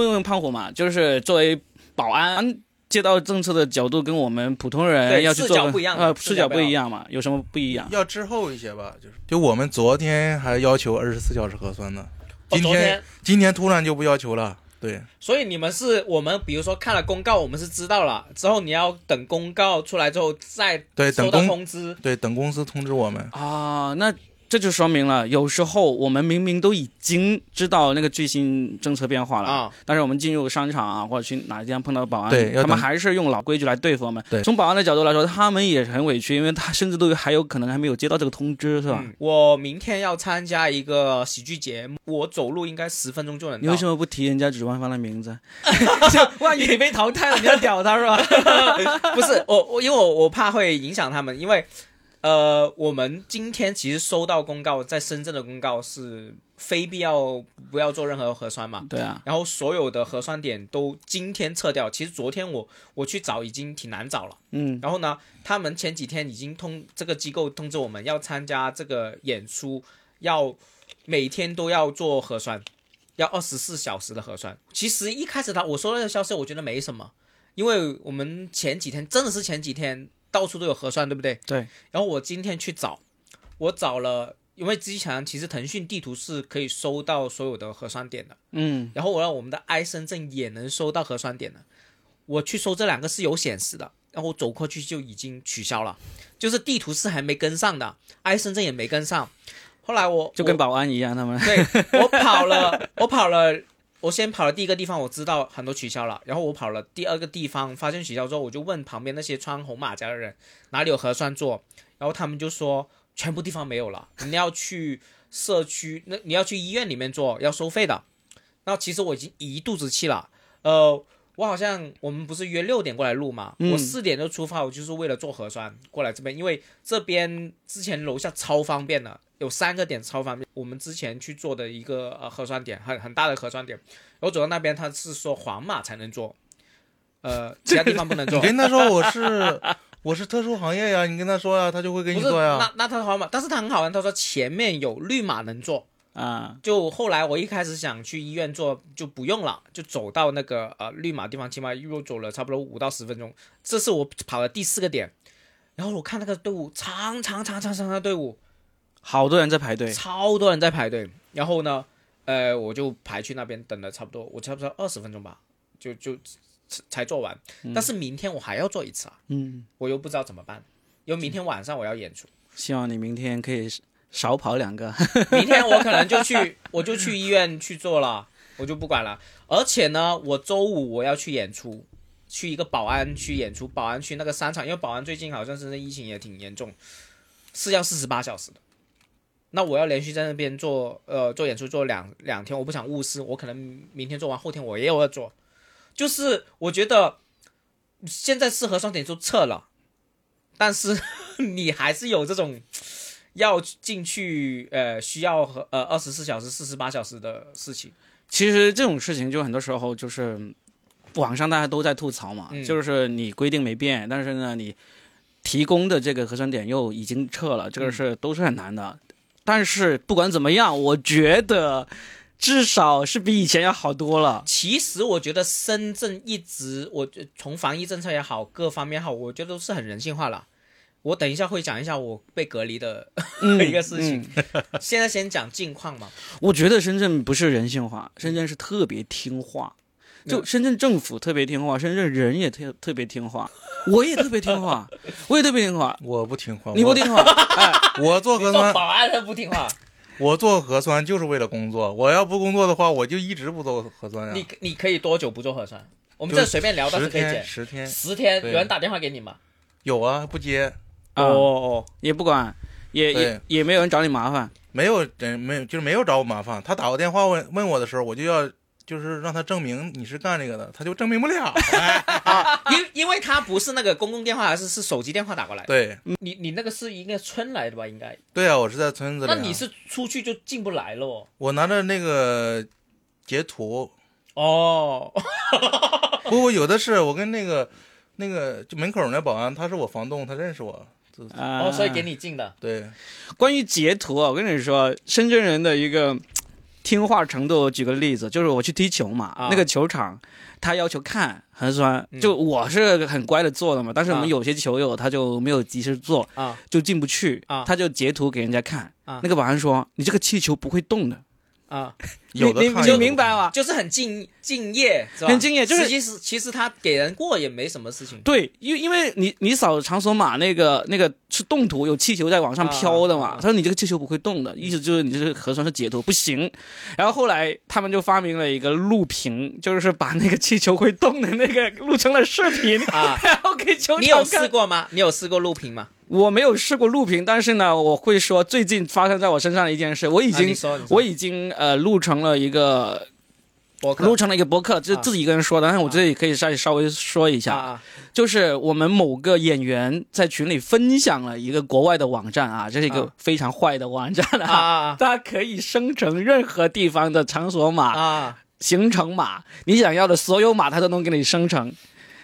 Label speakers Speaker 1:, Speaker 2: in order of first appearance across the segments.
Speaker 1: 问问胖虎嘛，就是作为保安，街道政策的角度跟我们普通人
Speaker 2: 对
Speaker 1: 要去
Speaker 2: 视
Speaker 1: 做
Speaker 2: 角
Speaker 1: 的
Speaker 2: 不一样
Speaker 1: 呃，视
Speaker 2: 视角
Speaker 1: 角
Speaker 2: 不
Speaker 1: 不
Speaker 2: 一
Speaker 1: 一样嘛，有什么不一样？
Speaker 3: 要滞后一些吧，就是啊就我们昨天还要求二十四小时核酸呢，今
Speaker 2: 哦昨
Speaker 3: 天、今天突然就不要求了，对，
Speaker 2: 所以你们是我们，比如说看了公告，我们是知道了，之后你要等公告出来之后再
Speaker 3: 对等
Speaker 2: 收到
Speaker 3: 公
Speaker 2: 通知。
Speaker 3: 对，等公司通知 我们。
Speaker 1: 啊，那这就说明了，有时候我们明明都已经知道那个最新政策变化了，
Speaker 2: 啊
Speaker 1: 但是我们进入商场啊，或者去哪个地方碰到保安，
Speaker 3: 对要
Speaker 1: 他们
Speaker 3: 等
Speaker 1: 还是用老规矩来对付我们。
Speaker 3: 对
Speaker 1: 从保安的角度来说，他们也很委屈，因为他甚至都还有可能还没有接到这个通知，是吧？
Speaker 2: 嗯我明天要参加一个喜剧节目，我走路应该十分钟就能
Speaker 1: 你为什
Speaker 2: 到。
Speaker 1: 么不提人家主办方的名字？
Speaker 2: 万一你被淘汰了， 你要 屌他是吧？不是，我我因为我我怕会影响他们，因为呃，我们今天其实收到公告，在深圳的公告是非必要不要做任何核酸嘛。
Speaker 1: 对啊，
Speaker 2: 然后所有的核酸点都今天撤掉。其实昨天我我去找已经挺难找了。
Speaker 1: 嗯，
Speaker 2: 然后呢，他们前几天已经通这个机构通知我们要参加这个演出，要每天都要做核酸，要二十四小时的核酸。其实一开始他我收到这个消息，我觉得没什么，因为我们前几天真的是前几天到处都有核酸，对不对？
Speaker 1: 对。
Speaker 2: 然后我今天去找，我找了，因为之前其实腾讯地图是可以收到所有的核酸点的。
Speaker 1: 嗯，
Speaker 2: 然后我让我们的 i 深圳也能收到核酸点的。我去搜这两个是有显示的，然后我走过去就已经取消了，就是地图是还没跟上的，i 深圳也没跟上。后来我
Speaker 1: 就跟保安一样，他们
Speaker 2: 我对我跑了，我跑了，我先跑了第一个地方，我知道很多取消了，然后我跑了第二个地方，发现取消之后，我就问旁边那些穿红马甲的人哪里有核酸做，然后他们就说全部地方没有了，你要去社区，那你要去医院里面做，要收费的。那其实我已经一肚子气了，呃，我好像我们不是约六点过来录嘛，
Speaker 1: 嗯
Speaker 2: 我四点就出发，我就是为了做核酸过来这边，因为这边之前楼下超方便的，有三个点超方便。我们之前去做的一个呃核酸点，很很大的核酸点，然后走到那边，他是说黄码才能做，呃，其他地方不能
Speaker 3: 你
Speaker 2: 做。
Speaker 3: 跟他说我是 我是特殊行业呀，你跟他说呀，他就会跟
Speaker 2: 不
Speaker 3: 你
Speaker 2: 是，
Speaker 3: 说呀
Speaker 2: 那。那他黄码，但是他很好玩，他说前面有绿码能做，
Speaker 1: 啊，
Speaker 2: 就后来我一开始想去医院做，就不用了，就走到那个呃绿码地方，起码又走了差不多五到十分钟。这是我跑的第四个点，然后我看那个队伍长长长长长的队伍，
Speaker 1: 好多人在排队，
Speaker 2: 超多人在排队。然后呢，呃，我就排去那边等了差不多，我差不多二十分钟吧，就就才做完。但是明天我还要做一次啊，
Speaker 1: 嗯，
Speaker 2: 我又不知道怎么办，因为明天晚上我要演出。
Speaker 1: 希望你明天可以少跑两个。
Speaker 2: 明天我可能就去，我就去医院去做了，我就不管了。而且呢，我周五我要去演出，去一个保安去演出，保安去那个商场，因为保安最近好像是那疫情也挺严重，是要四十八小时的。那我要连续在那边做，呃，做演出做两两天，我不想误事，我可能明天做完，后天我也要做。就是我觉得现在是核酸点都撤了，但是 你还是有这种要进去呃需要和呃二十四小时、四十八小时的事情。
Speaker 1: 其实这种事情就很多时候就是嗯网上大家都在吐槽嘛，
Speaker 2: 嗯
Speaker 1: 就是你规定没变，但是呢你提供的这个核酸点又已经撤了，这个是都是很难的。但是不管怎么样，我觉得至少是比以前要好多了。
Speaker 2: 其实我觉得深圳一直，我觉从防疫政策也好，各方面好，我觉得都是很人性化了。我等一下会讲一下我被隔离的
Speaker 3: 嗯
Speaker 2: 一个事情，现在先讲近况嘛。
Speaker 1: 我觉得深圳不是人性化，深圳是特别听话，就
Speaker 2: 嗯
Speaker 1: 深圳政府特别听话，深圳人也特特别听话，我也特别听话，我也特别听话，
Speaker 3: 我不听话，
Speaker 1: 你不
Speaker 3: 我
Speaker 1: 听 话，哎，
Speaker 3: 我做核
Speaker 2: 你做
Speaker 3: 酸，
Speaker 2: 保安他不听话，
Speaker 3: 我做核酸就是为了工作。我要不工作的话，我就一直不做核酸呀
Speaker 2: 你。你可以多久不做核酸？我们这随便聊，但
Speaker 3: 啊
Speaker 2: 是
Speaker 3: 十
Speaker 2: 可以
Speaker 3: 天，
Speaker 2: 剪。
Speaker 3: 十天
Speaker 2: 十天，有
Speaker 3: 对
Speaker 2: 人打电话给你吗？
Speaker 3: 有啊，不接，
Speaker 1: 啊
Speaker 2: 哦，
Speaker 1: 也不管，也也
Speaker 3: 对
Speaker 1: 也没有人找你麻烦。
Speaker 3: 没有人没有，就是没有找我麻烦。他打过电话问问我的时候，我就要就是让他证明你是干这个的，他就证明不了。哎
Speaker 2: 因啊因为他不是那个公共电话，而是是手机电话打过来的。
Speaker 3: 对
Speaker 2: 你你那个是应该村来的吧？应该
Speaker 3: 对啊，我是在村子里
Speaker 2: 那
Speaker 3: 啊。
Speaker 2: 你是出去就进不来了哦。
Speaker 3: 我拿着那个截图，
Speaker 2: 哦，
Speaker 3: 不不，有的是我跟那个那个就门口那保安，他是我房东，他认识我。
Speaker 1: 啊、
Speaker 2: 哦，所以给你进的。
Speaker 3: 对，
Speaker 1: 关于截图啊，我跟你说，深圳人的一个听话程度，我举个例子，就是我去踢球嘛，
Speaker 2: 啊
Speaker 1: 那个球场他要求看寒酸
Speaker 2: 嗯，
Speaker 1: 就我是很乖的做的嘛，但是我
Speaker 2: 啊
Speaker 1: 们有些球友他就没有及时做，
Speaker 2: 啊
Speaker 1: 就进不去，
Speaker 2: 啊
Speaker 1: 他就截图给人家看，
Speaker 2: 啊
Speaker 1: 那个保安说你这个气球不会动的，
Speaker 2: 啊，
Speaker 3: 有的
Speaker 1: 你
Speaker 3: 看
Speaker 1: 你就明白哦吗？
Speaker 2: 就是很敬敬业，是吧？
Speaker 1: 很敬业就是
Speaker 2: 其实其实他给人过也没什么事情。
Speaker 1: 对，因为因为你你扫场所码那个那个是动图，有气球在往上飘的嘛。
Speaker 2: 啊啊啊
Speaker 1: 他说你这个气球不会动的，意思就是你这个核酸是截图不行。然后后来他们就发明了一个录屏，就是把那个气球会动的那个录成了视频，
Speaker 2: 啊
Speaker 1: 然后给球
Speaker 2: 你有
Speaker 1: 场
Speaker 2: 试
Speaker 1: 看。
Speaker 2: 过吗？你有试过录屏吗？
Speaker 1: 我没有试过录屏，但是呢，我会说最近发生在我身上的一件事，我已
Speaker 2: 啊
Speaker 1: 经、
Speaker 2: 你说你说
Speaker 1: 我已经呃录成了一个
Speaker 2: 博客
Speaker 1: 录成了一个播客，这
Speaker 2: 啊
Speaker 1: 是自己一个人说的，但是我这里可以再稍微说一下。
Speaker 2: 啊啊
Speaker 1: 就是我们某个演员在群里分享了一个国外的网站啊，这是一个
Speaker 2: 啊
Speaker 1: 非常坏的网站
Speaker 2: 啊
Speaker 1: 啊，
Speaker 2: 啊
Speaker 1: 它可以生成任何地方的场所
Speaker 2: 啊
Speaker 1: 码、
Speaker 2: 啊！
Speaker 1: 行程码，你想要的所有码它都能给你生成。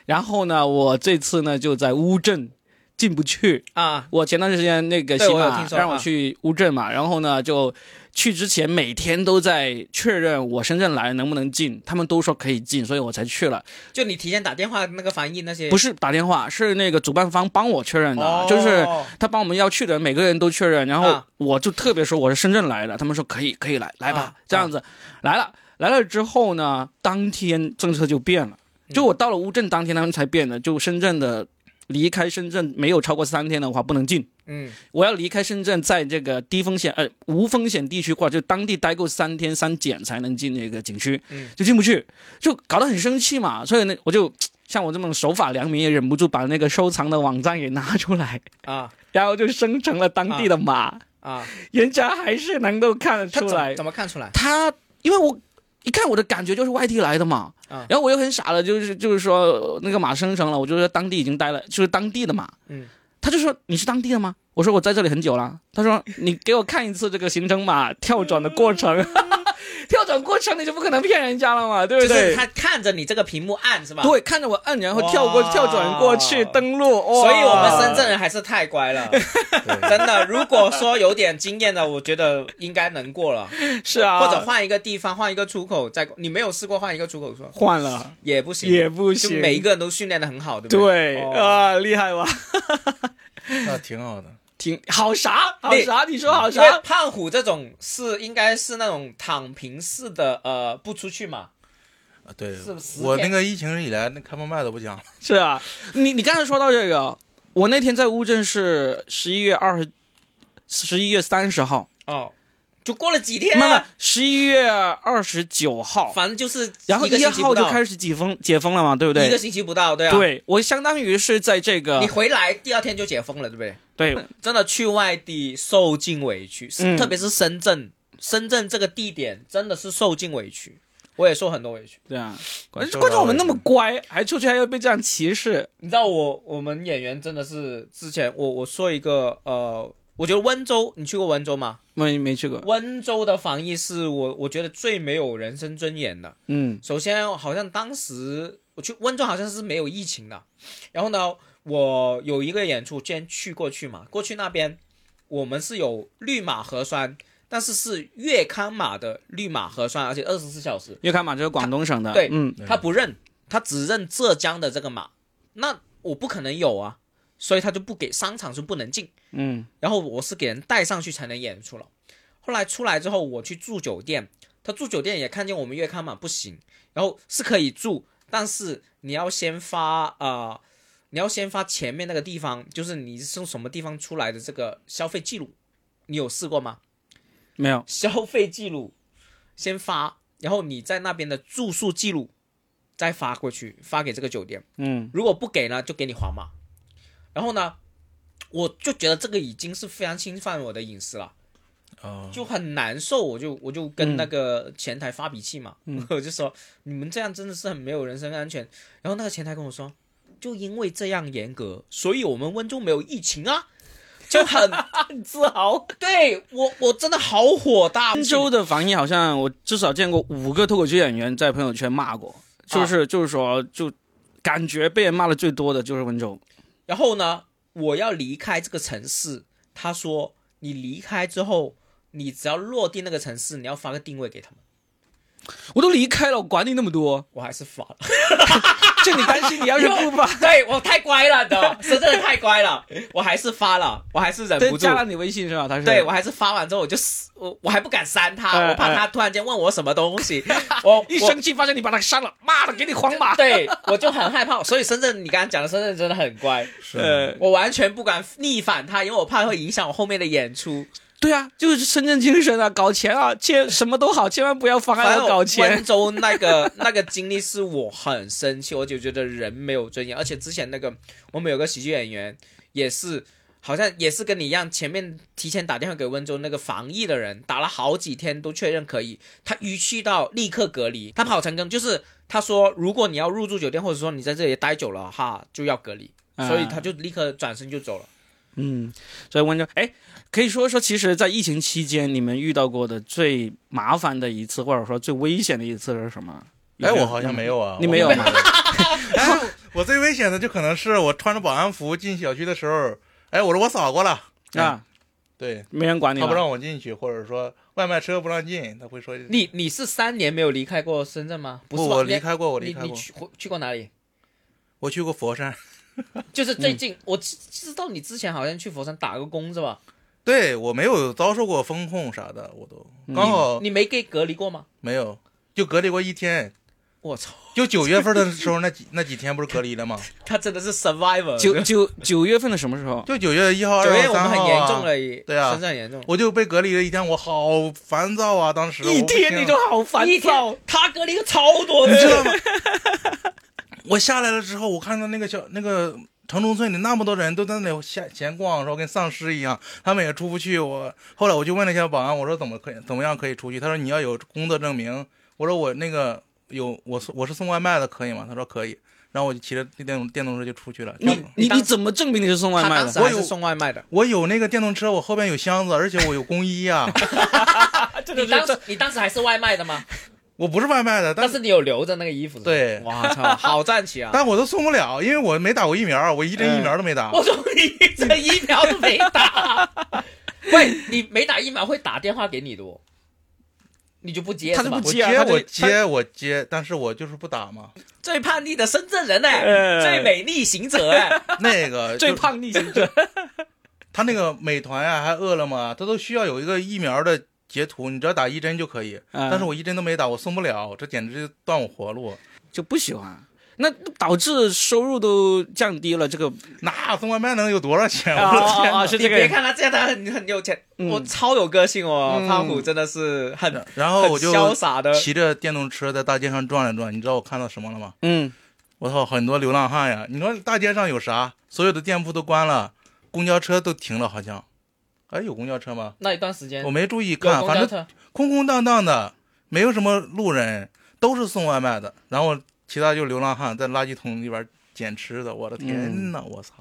Speaker 1: 然后呢，我这次呢就在乌镇进不去，
Speaker 2: 啊
Speaker 1: 我前段时间那个
Speaker 2: 对
Speaker 1: 喜
Speaker 2: 我有
Speaker 1: 马
Speaker 2: 听说
Speaker 1: 让我
Speaker 2: 啊
Speaker 1: 去乌镇嘛，然后呢就去之前每天都在确认我深圳来能不能进，他们都说可以进，所以我才去了。
Speaker 2: 就你提前打电话那个翻译那些
Speaker 1: 不
Speaker 2: 是
Speaker 1: 是打电话，是那个主办方帮我确认的，
Speaker 2: 哦
Speaker 1: 就是他帮我们要去的人每个人都确认，然后
Speaker 2: 啊
Speaker 1: 我就特别说我是深圳来的，他们说可以可以来来吧，
Speaker 2: 啊
Speaker 1: 这样子、来了来了之后呢，当天政策就变了，
Speaker 2: 嗯
Speaker 1: 就我到了乌镇当天他们才变的，就深圳的离开深圳没有超过三天的话不能进。
Speaker 2: 嗯
Speaker 1: 我要离开深圳，在这个低风险呃无风险地区或者就当地待够三天三检才能进那个景区，
Speaker 2: 嗯
Speaker 1: 就进不去，就搞得很生气嘛。所以呢，我就像我这种守法良民，也忍不住把那个收藏的网站给拿出来，
Speaker 2: 啊
Speaker 1: 然后就生成了当地的码，
Speaker 2: 啊，
Speaker 1: 人家还是能够看得
Speaker 2: 他
Speaker 1: 出
Speaker 2: 怎
Speaker 1: 来
Speaker 2: 么。怎么看出来
Speaker 1: 他因为我一看我的感觉就是外地来的嘛，
Speaker 2: 啊
Speaker 1: 然后我又很傻了，就是就是说那个马生成了，我就说当地已经待了，就是当地的嘛，
Speaker 2: 嗯，
Speaker 1: 他就说你是当地的吗？我说我在这里很久了。他 说你给我看一次这个行程码跳转的过程， 跳转过程你就不可能骗人家了嘛，对不
Speaker 2: 嗯就
Speaker 1: 对？
Speaker 2: 是他看着你这个屏幕按是吧？，
Speaker 1: 对，看着我按，然后跳过
Speaker 2: 哇
Speaker 1: 跳转过去登录，哇
Speaker 2: 所以我们深圳人还是太乖了，
Speaker 3: 对
Speaker 2: 真的。如果说有点经验的，我觉得应该能过了，
Speaker 1: 是啊，
Speaker 2: 或者换一个地方，换一个出口再。你没有试过换一个出口是吧？
Speaker 1: 换了
Speaker 2: 也不行，
Speaker 1: 也不
Speaker 2: 就
Speaker 1: 行，
Speaker 2: 每一个人都训练的很好，对不
Speaker 1: 对
Speaker 2: 哦
Speaker 1: 啊，厉害吧？
Speaker 3: 那挺好的。
Speaker 1: 挺好啥好啥，你说好
Speaker 2: 因为
Speaker 1: 啥？
Speaker 2: 胖虎这种是应该是那种躺平式的，呃，不出去嘛，
Speaker 3: 啊对
Speaker 2: 是不是，
Speaker 3: 我那个疫情以来，那开放麦都不讲了。
Speaker 1: 是啊，你你刚才说到这个，我那天在乌镇是十一月二十，十一月三十号，
Speaker 2: 哦，就过了几天
Speaker 1: 没有没有
Speaker 2: 啊，，
Speaker 1: 十一月二十九号，
Speaker 2: 反正就是
Speaker 1: 然后
Speaker 2: 一个
Speaker 1: 一
Speaker 2: 星期
Speaker 1: 号
Speaker 2: 不
Speaker 1: 就
Speaker 2: 到，
Speaker 1: 开始解封解封了嘛，对不
Speaker 2: 一个
Speaker 1: 对？
Speaker 2: 星期不到，对啊，，
Speaker 1: 对，我相当于是在这
Speaker 2: 你嗯
Speaker 1: 个
Speaker 2: 回来第二天就解封了，对不对？
Speaker 1: 对
Speaker 2: 真的去外地受尽委屈，是
Speaker 1: 嗯
Speaker 2: 特别是深圳，深圳这个地点真的是受尽委屈，我也受很多委屈。
Speaker 1: 对 啊，
Speaker 3: 关
Speaker 1: 观众我们那么乖，还出去还要被这样歧视，
Speaker 2: 你知道我我们演员真的是之前我我说一个呃，我觉得温州，你去过温州吗？
Speaker 1: 没没去过，
Speaker 2: 温州的防疫是我我觉得最没有人生尊严的。
Speaker 1: 嗯
Speaker 2: 首先，好像当时我去温州好像是没有疫情的，然后呢，我有一个演出，之前去过去嘛，过去那边我们是有绿码核酸，但是是粤康码的绿码核酸，而且二十四小时，
Speaker 1: 月刊码就是广东省的，
Speaker 2: 对
Speaker 1: 嗯，
Speaker 2: 他不认，他只认浙江的这个码，那我不可能有啊，所以他就不给商场是不能进。
Speaker 1: 嗯
Speaker 2: 然后我是给人带上去才能演出了。后来出来之后，我去住酒店，他住酒店也看见我们月刊嘛，不行，然后是可以住，但是你要先发啊、呃你要先发前面那个地方，就是你是从什么地方出来的这个消费记录，你有试过吗？
Speaker 1: 没有，
Speaker 2: 消费记录先发，然后你在那边的住宿记录再发过去，发给这个酒店。
Speaker 1: 嗯
Speaker 2: 如果不给呢，就给你黄码。然后呢，我就觉得这个已经是非常侵犯我的隐私了，
Speaker 3: 啊，
Speaker 2: 就很难受。我就我就跟那个前台发脾气嘛，
Speaker 1: 嗯
Speaker 2: 我就说你们这样真的是很没有人身安全。然后那个前台跟我说，就因为这样严格，所以我们温州没有疫情啊，就很
Speaker 1: 自豪。
Speaker 2: 对我我真的好火大。
Speaker 1: 温州的防疫好像我至少见过五个脱口秀演员在朋友圈骂过，
Speaker 2: 啊
Speaker 1: 就是、就是说就感觉被人骂的最多的就是温州，
Speaker 2: 然后呢，我要离开这个城市，他说你离开之后，你只要落地那个城市，你要发个定位给他们，
Speaker 1: 我都离开了，我管你那么多，
Speaker 2: 我还是发 了。，
Speaker 1: 就你担心你要是不发
Speaker 2: 对我太乖了 的，是真的太乖了，我还是发了，我还是忍
Speaker 1: 对
Speaker 2: 不，住
Speaker 1: 加。了你微信是吧？他是
Speaker 2: 对，我还是发完之后，我就死我我还不敢删他，
Speaker 1: 哎
Speaker 2: 我怕他突然间问我什么东西， 我
Speaker 1: 呃 一
Speaker 2: 我
Speaker 1: 生气发现你把他删了，妈的，给你黄马。
Speaker 2: 对我就很害怕。所以深圳，你刚刚讲的深圳真的很乖，
Speaker 3: 是，啊
Speaker 1: 呃
Speaker 2: 我完全不敢逆反他，因为我怕会影响我后面的演出。
Speaker 1: 对啊，就是深圳精神啊，搞钱啊，千什么都好，千万不要妨碍
Speaker 2: 反正
Speaker 1: 我搞
Speaker 2: 温
Speaker 1: 钱。
Speaker 2: 州那个那个经历是我很生气，我就觉得人没有尊严。而且之前那个我们有个喜剧演员也是，好像也是跟你一样，前面提前打电话给温州那个防疫的人，打了好几天都确认可以，他逾期到立刻隔离，他跑长庚，就是他说如果你要入住酒店，或者说你在这里待久了哈，就要隔离，
Speaker 3: 啊
Speaker 1: 啊
Speaker 2: 所以他就立刻转身就走了。
Speaker 1: 嗯，所以温州，哎，可以说说，其实，在疫情期间，你们遇到过的最麻烦的一次，或者说最危险的一次是什么？嗯
Speaker 3: 哎，我好像没有啊，
Speaker 1: 你
Speaker 3: 我
Speaker 1: 没有吗？
Speaker 3: 哎，我最危险的就可能是我穿着保安服进小区的时候，哎，我说我扫过了，
Speaker 1: 啊，
Speaker 3: 对
Speaker 1: 没人管你
Speaker 3: 他
Speaker 1: 吗
Speaker 3: 不让我进去，或者说外卖车不让进，他会说
Speaker 2: 你你是三年没有离开过深圳吗？不
Speaker 3: 不，
Speaker 2: 是吧，
Speaker 3: 嗯我
Speaker 2: 你
Speaker 3: 离开过，我离
Speaker 2: 你
Speaker 3: 开
Speaker 2: 你
Speaker 3: 过，
Speaker 2: 去去过哪里？
Speaker 3: 我去过佛山，
Speaker 2: 就是最近，我知知道你之前好像去佛山打过工是吧？
Speaker 3: 对我没有遭受过风控啥的，我都
Speaker 2: 嗯
Speaker 3: 刚好
Speaker 2: 你没给隔离过吗？
Speaker 3: 没有，就隔离过一天。
Speaker 2: 我操，
Speaker 3: 就九月份的时候，那几那几天不是隔离 了吗？
Speaker 2: 他真的是 survivor。
Speaker 1: 九九九月份的什么时候？
Speaker 3: 就九月一号、
Speaker 2: 九
Speaker 3: 二
Speaker 2: 月
Speaker 3: 号、
Speaker 2: 我们
Speaker 3: 三
Speaker 2: 很
Speaker 3: 号
Speaker 2: 严重
Speaker 3: 啊，
Speaker 2: 了已，
Speaker 3: 对啊
Speaker 2: 深圳很严重。
Speaker 3: 我就被隔离了一天，我好烦躁啊！当时我
Speaker 1: 一
Speaker 3: 不
Speaker 1: 天
Speaker 3: 行
Speaker 1: 你就好烦
Speaker 2: 一
Speaker 1: 躁
Speaker 2: 天，他隔离了超多
Speaker 3: 你知道
Speaker 2: 次，
Speaker 3: 吗？我下来了之后，我看到那个小那个城中村里那么多人都在那里闲闲逛，然后跟丧尸一样，他们也出不去。我后来我就问了一下保安，我说怎么可以怎么样可以出去？他说你要有工作证明。我说我那个有我送我是送外卖的，可以吗？他说可以。然后我就骑着电动电动车就出去了。
Speaker 1: 你你
Speaker 2: 你当
Speaker 1: 你怎么证明你是送外
Speaker 2: 他
Speaker 1: 卖
Speaker 2: 当时
Speaker 1: 的？
Speaker 2: 还
Speaker 3: 我
Speaker 2: 是
Speaker 3: 有
Speaker 2: 送外卖的。
Speaker 3: 我有那个电动车，我后边有箱子，而且我有工衣啊。
Speaker 2: 你当时你当时还是外卖的吗？
Speaker 3: 我不是外卖的，但
Speaker 2: 但是你有留着那个衣服。
Speaker 3: 对
Speaker 2: 哇操，好站起啊！
Speaker 3: 但我都送不了，因为我没打过疫苗，我一
Speaker 2: 嗯
Speaker 3: 针疫苗都没打。
Speaker 2: 我说你这疫苗都没打，喂，你没打疫苗会打电话给你的哦，你就不接
Speaker 1: 他
Speaker 2: 是
Speaker 1: 就
Speaker 2: 吧
Speaker 1: 不
Speaker 3: 我
Speaker 1: 接啊他
Speaker 3: 接
Speaker 1: 就
Speaker 3: 我
Speaker 1: 他
Speaker 3: 接我接，但是我就是不 打嘛。
Speaker 2: 最叛逆的深圳人呢、
Speaker 1: 哎
Speaker 3: 呃
Speaker 2: 最美逆行者哎、
Speaker 3: 那个
Speaker 1: 最
Speaker 3: 就是
Speaker 1: 胖逆行者，
Speaker 3: 他那个美团呀、还饿了么，他都需要有一个疫苗的截图，你只要打一针就可以。
Speaker 1: 嗯
Speaker 3: 但是我一针都没打，我送不了，这简直就断我活路。
Speaker 1: 就不喜欢。那导致收入都降低了，这个
Speaker 3: 那送外卖能有多少钱？
Speaker 1: 啊
Speaker 3: 我的天
Speaker 1: 啊
Speaker 3: 哪！
Speaker 1: 啊是
Speaker 2: 你
Speaker 1: 这个
Speaker 2: 别
Speaker 1: 人
Speaker 2: 看他这样，他很很有钱，
Speaker 1: 嗯
Speaker 2: 我超有个性哦，
Speaker 1: 嗯
Speaker 2: 胖虎真的是很
Speaker 3: 然后嗯哦我就
Speaker 2: 很潇洒的
Speaker 3: 骑着电动车在大街上转了转，你知道我看到什么了吗？
Speaker 1: 嗯，
Speaker 3: 我操，很多流浪汉呀！你说大街上有啥？所有的店铺都关了，公交车都停了，好像。哎，有公交车吗？
Speaker 2: 那一段时间
Speaker 3: 我没注意
Speaker 2: 有
Speaker 3: 看，
Speaker 2: 公
Speaker 3: 反
Speaker 2: 交
Speaker 3: 正
Speaker 2: 车，
Speaker 3: 空空荡荡的，没有什么路人，都是送外卖的，然后其他就流浪汉在垃圾桶里边捡吃的。我的
Speaker 2: 嗯
Speaker 3: 天呐，我操！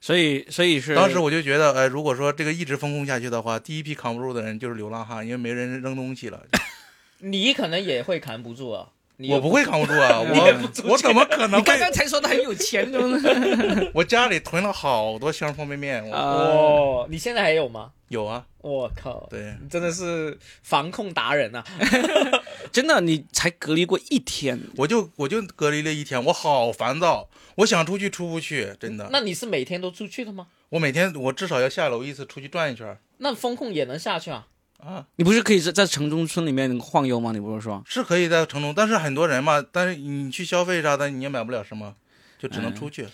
Speaker 1: 所以所以是
Speaker 3: 当时我就觉得，哎，如果说这个一直封控下去的话，第一批扛不住的人就是流浪汉，因为没人扔东西了。
Speaker 2: 你可能也会扛不住啊。你
Speaker 3: 我不会扛不住啊，
Speaker 2: 你也不
Speaker 3: 我我怎么可能
Speaker 1: 你刚
Speaker 3: 会？
Speaker 1: 刚才说的很有钱，真的
Speaker 3: 我家里囤了好多箱方便面，我
Speaker 1: 啊，
Speaker 2: 哦，你现在还有吗？
Speaker 3: 有啊，
Speaker 2: 我靠，
Speaker 3: 对，
Speaker 2: 你真的是防控达人啊！
Speaker 1: 真的你才隔离过一天，
Speaker 3: 我就我就隔离了一天，我好烦躁，我想出去出不去，真的。
Speaker 2: 那你是每天都出去的吗？
Speaker 3: 我每天我至少要下楼一次出去转一圈儿
Speaker 2: 那风控也能下去啊？
Speaker 3: 啊。
Speaker 1: 你不是可以在在城中村里面晃悠吗？你不是说
Speaker 3: 是可以在城中，但是很多人嘛，但是你去消费啥的，你也买不了什么，就只能出去。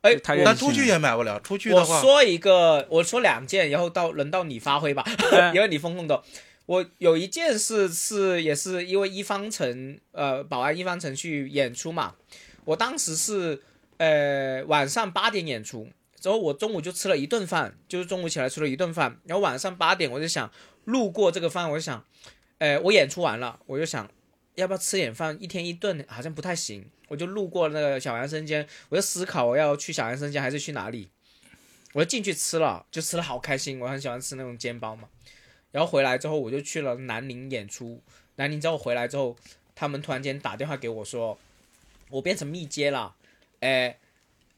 Speaker 2: 哎，
Speaker 1: 太
Speaker 2: 我
Speaker 1: 任
Speaker 3: 但
Speaker 1: 性
Speaker 3: 出去也买不了，出去
Speaker 2: 我
Speaker 3: 的话，
Speaker 2: 说一个，我说两件，然后到轮到你发挥吧，
Speaker 3: 哎
Speaker 2: 因为你风控的。我有一件事是也是因为一方城呃保安一方城去演出嘛，我当时是呃晚上八点演出，之后我中午就吃了一顿饭，就是中午起来吃了一顿饭，然后晚上八点我就想路过这个饭，我就想，呃我演出完了，我就想要不要吃点饭，一天一顿好像不太行，我就路过那个小杨生煎，我就思考我要去小杨生煎还是去哪里，我就进去吃了，就吃的好开心，我很喜欢吃那种煎包嘛。然后回来之后，我就去了南宁演出。南宁之后回来之后，他们突然间打电话给我说，我变成密接了，哎，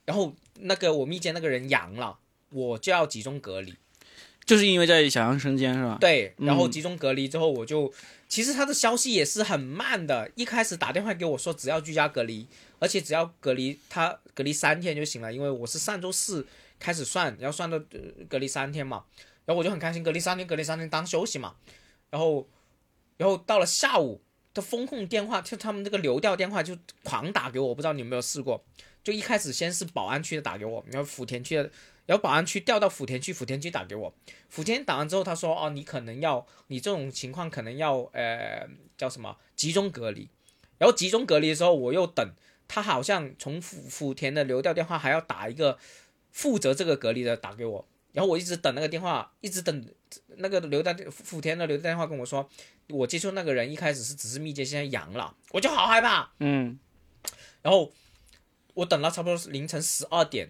Speaker 2: 然后那个我密接那个人阳了，我就要集中隔离。
Speaker 1: 就是因为在小杨生煎是吧？
Speaker 2: 对，然后
Speaker 1: 嗯
Speaker 2: 集中隔离之后，我就、其实他的消息也是很慢的。一开始打电话给我说只要居家隔离，而且只要隔离他隔离三天就行了，因为我是上周四开始算，然后算到、呃隔离三天嘛，然后我就很开心，隔离三天，隔离三天当休息嘛。然后，然后到了下午，他风控电话就他们这个流调电话就狂打给我，我不知道你有没有试过。就一开始先是宝安区的打给我，然后福田区的，然后宝安区调到福田区，福田区打给我，福建打完之后，他说哦，你可能要，你这种情况可能要呃叫什么集中隔离，然后集中隔离的时候，我又等他好像从福福田的流调电话还要打一个负责这个隔离的打给我，然后我一直等那个电话，一直等那个流调福福田的流调电话跟我说，我接触那个人一开始是只是密接，现在阳了，我就好害怕，
Speaker 1: 嗯，
Speaker 2: 然后我等到差不多是凌晨十二点，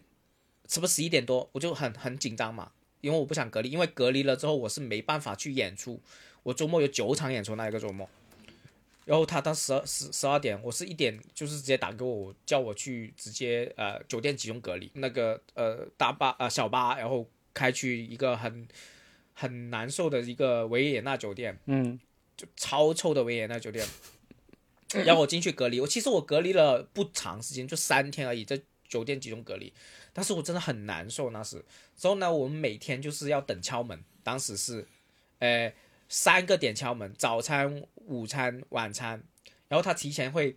Speaker 2: 差不多十一点多，我就很很紧张嘛，因为我不想隔离，因为隔离了之后我是没办法去演出，我周末有九场演出那一个周末。然后他到十二十十二点，我是一点就是直接打给我，我叫我去直接呃酒店集中隔离，那个呃大巴呃小巴，然后开去一个很很难受的一个维也纳酒店，
Speaker 1: 嗯，
Speaker 2: 就超臭的维也纳酒店，然后我进去隔离。我其实我隔离了不长时间，就三天而已，在酒店集中隔离。但是我真的很难受，那时。之后呢，我们每天就是要等敲门，当时是，呃，三个点敲门，早餐、午餐、晚餐。然后他提前会，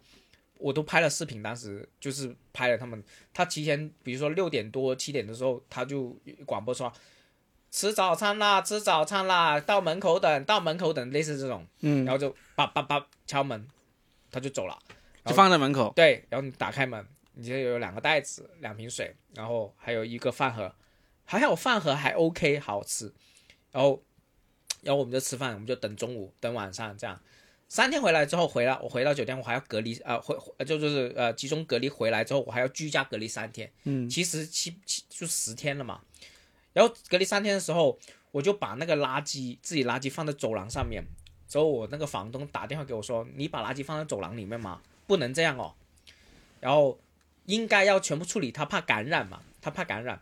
Speaker 2: 我都拍了视频，当时就是拍了他们。他提前，比如说六点多、七点的时候，他就广播说。吃早餐啦，吃早餐啦，到门口等，到门口等，类似这种，嗯，然后就叭叭叭敲门，他就走了，
Speaker 1: 就放在门 口，
Speaker 2: 对，然后你打开门，你这有两个袋子，两瓶水，然后还有一个饭盒，还好饭盒还 OK，好吃。然后，然后我们就吃饭，我们就等中午，等晚上这样。三天回来之后回来，我回到酒店，我还要隔离啊、呃，回回就就是呃集中隔离回来之后，我还要居家隔离三天，嗯，其实七七就十天了嘛。然后隔离三天的时候，我就把那个垃圾自己垃圾放在走廊上面。之后我那个房东打电话给我说：“你把垃圾放在走廊里面嘛，不能这样哦。”然后应该要全部处理，他怕感染嘛，他怕感染。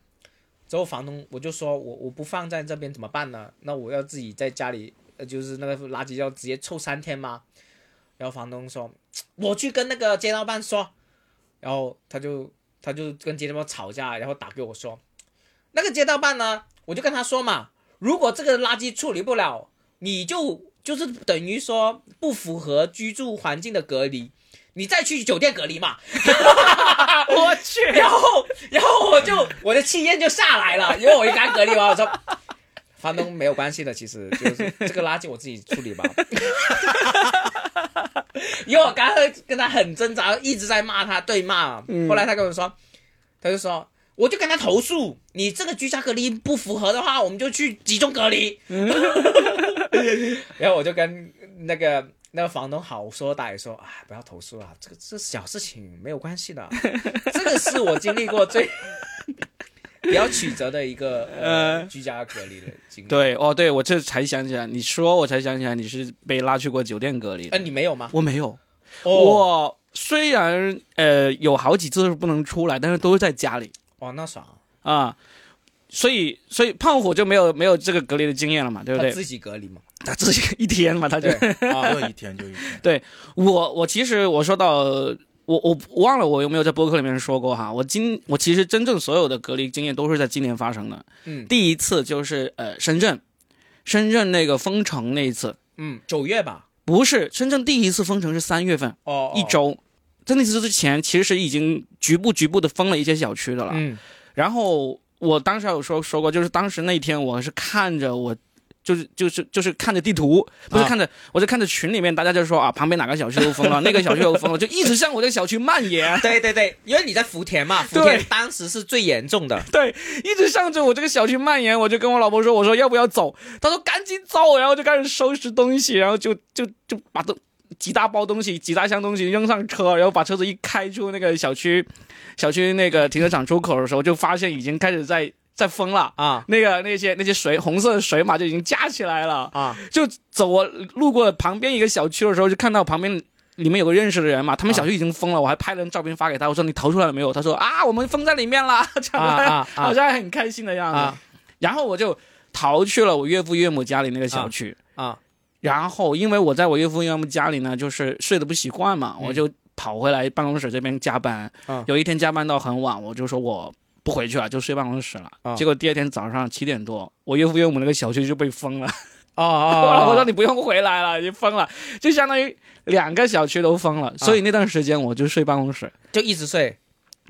Speaker 2: 之后房东我就说我我不放在这边怎么办呢？那我要自己在家里，呃，就是那个垃圾要直接臭三天吗？然后房东说我去跟那个街道办说，然后他就他就跟街道办吵架，然后打给我说，那个街道办呢，我就跟他说嘛，如果这个垃圾处理不了，你就就是等于说不符合居住环境的隔离，你再去酒店隔离嘛。
Speaker 1: 我去，
Speaker 2: 然后，然后我就我的气焰就下来了，因为我一刚隔离完，我说房东没有关系的，其实就是这个垃圾我自己处理吧。因为我刚刚跟他很挣扎，一直在骂他，对骂。后来他跟我说，他就说，我就跟他投诉，你这个居家隔离不符合的话，我们就去集中隔 离。然后我就跟那个那个房东好说歹说，哎，不要投诉啊，这个这小事情没有关系的，这个是我经历过 最比较曲折的一个呃
Speaker 1: 呃
Speaker 2: 居家隔离的经历。，
Speaker 1: 对，哦，对，我这才想起来，你说我才想起来，你是被拉去过酒店隔离的
Speaker 2: 呃，你没有吗？
Speaker 1: 我没有，
Speaker 2: 哦，
Speaker 1: 我虽然呃有好几次是不能出来，但是都是在家里
Speaker 2: 哇，那爽啊，
Speaker 1: 啊，所以所以胖虎就没有没有这个隔离的经验了嘛，对不
Speaker 2: 他
Speaker 1: 对？
Speaker 2: 自己隔离嘛。
Speaker 1: 他自己一天嘛，他就
Speaker 2: 对啊，
Speaker 3: 就一天就一 天，
Speaker 1: 我我其实我说到我我我忘了我有没有在播客里面说过哈，我今我其实真正所有的隔离经验都是在今年发生的。
Speaker 2: 嗯
Speaker 1: 第一次就是呃深圳，深圳那个封城那一次，
Speaker 2: 嗯，九月吧。
Speaker 1: 不是深圳第一次封城是三月份
Speaker 2: 哦，哦
Speaker 1: 一。周，在那次之前其实已经局部局部的封了一些小区的了。
Speaker 2: 嗯
Speaker 1: 然后我当时还有说说过，就是当时那天我是看着我。就是就是就是看着地图，不是
Speaker 2: 啊
Speaker 1: 看着，我就看着群里面大家就说啊，旁边哪个小区又封了，那个小区又封了，就一直向我这个小区蔓 延，
Speaker 2: 对对对，因为你在福田嘛，福
Speaker 1: 对
Speaker 2: 田当时是最严 重的。
Speaker 1: 对，一直向着我这个小区蔓延。我就跟我老婆说，我说要不要走？她说赶紧走，然后就开始收拾东西，然后就就就把东几大包东西、几大箱东西扔上车，然后把车子一开出那个小区小区那个停车场出口的时候，就发现已经开始在在封了。
Speaker 2: 啊
Speaker 1: 那个那些那些水红色的水马就已经架起来了，
Speaker 2: 啊
Speaker 1: 就走我路过旁边一个小区的时候，就看到旁边里面有个认识的人嘛，他们小区已经封了，我还拍了张照片发给他，我说你逃出来了没有？他说啊，我们封在里面了，这
Speaker 2: 啊
Speaker 1: 样、
Speaker 2: 啊
Speaker 1: 好
Speaker 2: 啊
Speaker 1: 像很开心的样子。
Speaker 2: 啊！
Speaker 1: 然后我就逃去了我岳父岳母家里那个小
Speaker 2: 啊
Speaker 1: 区。
Speaker 2: 啊，
Speaker 1: 然后因为我在我岳父岳母家里呢，就是睡得不习惯嘛，
Speaker 2: 嗯
Speaker 1: 我就跑回来办公室这边加班。
Speaker 2: 啊
Speaker 1: 有一天加班到很晚，我就说我不回去了，就睡办公室了。
Speaker 2: 啊
Speaker 1: 结果第二天早上七点多，我岳父岳母那个小区就被封了。
Speaker 2: 哦
Speaker 1: 我老婆说
Speaker 2: 哦，
Speaker 1: 你不用回来了，你封了，就相当于两个小区都封
Speaker 2: 啊
Speaker 1: 了。所以那段时间我就睡办公室。
Speaker 2: 就一直睡，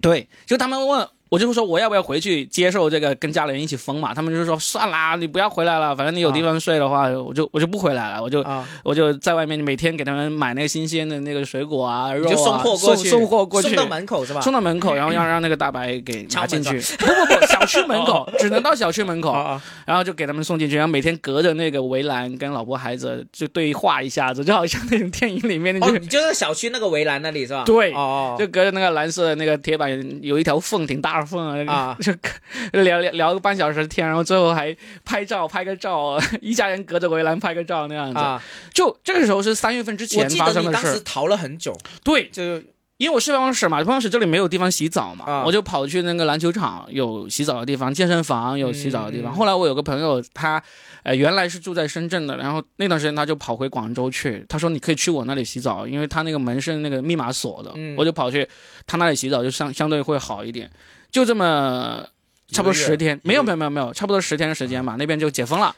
Speaker 1: 对，就他们问。我就说我要不要回去接受这个跟家里人一起封嘛？他们就说算啦，你不要回来了，反正你有地方睡的话，我就我就不回来了，我就
Speaker 2: 啊，
Speaker 1: 我就在外面每天给他们买那个新鲜的那个水果啊，
Speaker 2: 你
Speaker 1: 肉啊
Speaker 2: 就送货过去，
Speaker 1: 送送货过去，
Speaker 2: 送到门口是嗯吧？
Speaker 1: 送到门口，然后要让那个大白给拿进去。不不不，小区门 口
Speaker 2: 哦
Speaker 1: 只能到小区门口，
Speaker 2: 啊
Speaker 1: 然后就给他们送进去，然后每天隔着那个围栏跟老婆孩子就对话一下子，就好像那种电影里面那
Speaker 2: 哦，
Speaker 1: 种。
Speaker 2: 你就在小区那个围栏那里是吧？
Speaker 1: 对
Speaker 2: 哦，
Speaker 1: 就隔着那个蓝色的那个铁板，有一条缝，挺大的缝
Speaker 2: 啊
Speaker 1: 就聊聊聊个半小时的天，然后最后还拍照，拍个照， 一家人隔着围栏拍个照那样子。
Speaker 2: 啊，
Speaker 1: 就这个时候是三月份之
Speaker 2: 我
Speaker 1: 前
Speaker 2: 记
Speaker 1: 发
Speaker 2: 得
Speaker 1: 生
Speaker 2: 你
Speaker 1: 的
Speaker 2: 当
Speaker 1: 事
Speaker 2: 时
Speaker 1: 儿。
Speaker 2: 逃了很久，
Speaker 1: 对，
Speaker 2: 就
Speaker 1: 因为我睡办公室嘛，办公室这里没有地方洗澡嘛，
Speaker 2: 啊
Speaker 1: 我就跑去那个篮球场有洗澡的地方，健身房有洗澡的地方。
Speaker 2: 嗯
Speaker 1: 后来我有个朋友，他呃原来是住在深圳的，然后那段时间他就跑回广州去，他说你可以去我那里洗澡，因为他那个门是那个密码锁的，
Speaker 2: 嗯
Speaker 1: 我就跑去他那里洗澡，就相相对会好一点，就这么。差不多
Speaker 2: 一个月啊
Speaker 1: 十天，没有
Speaker 2: 一
Speaker 1: 没有没有没有，差不多十天的时间嘛，那边就解封了。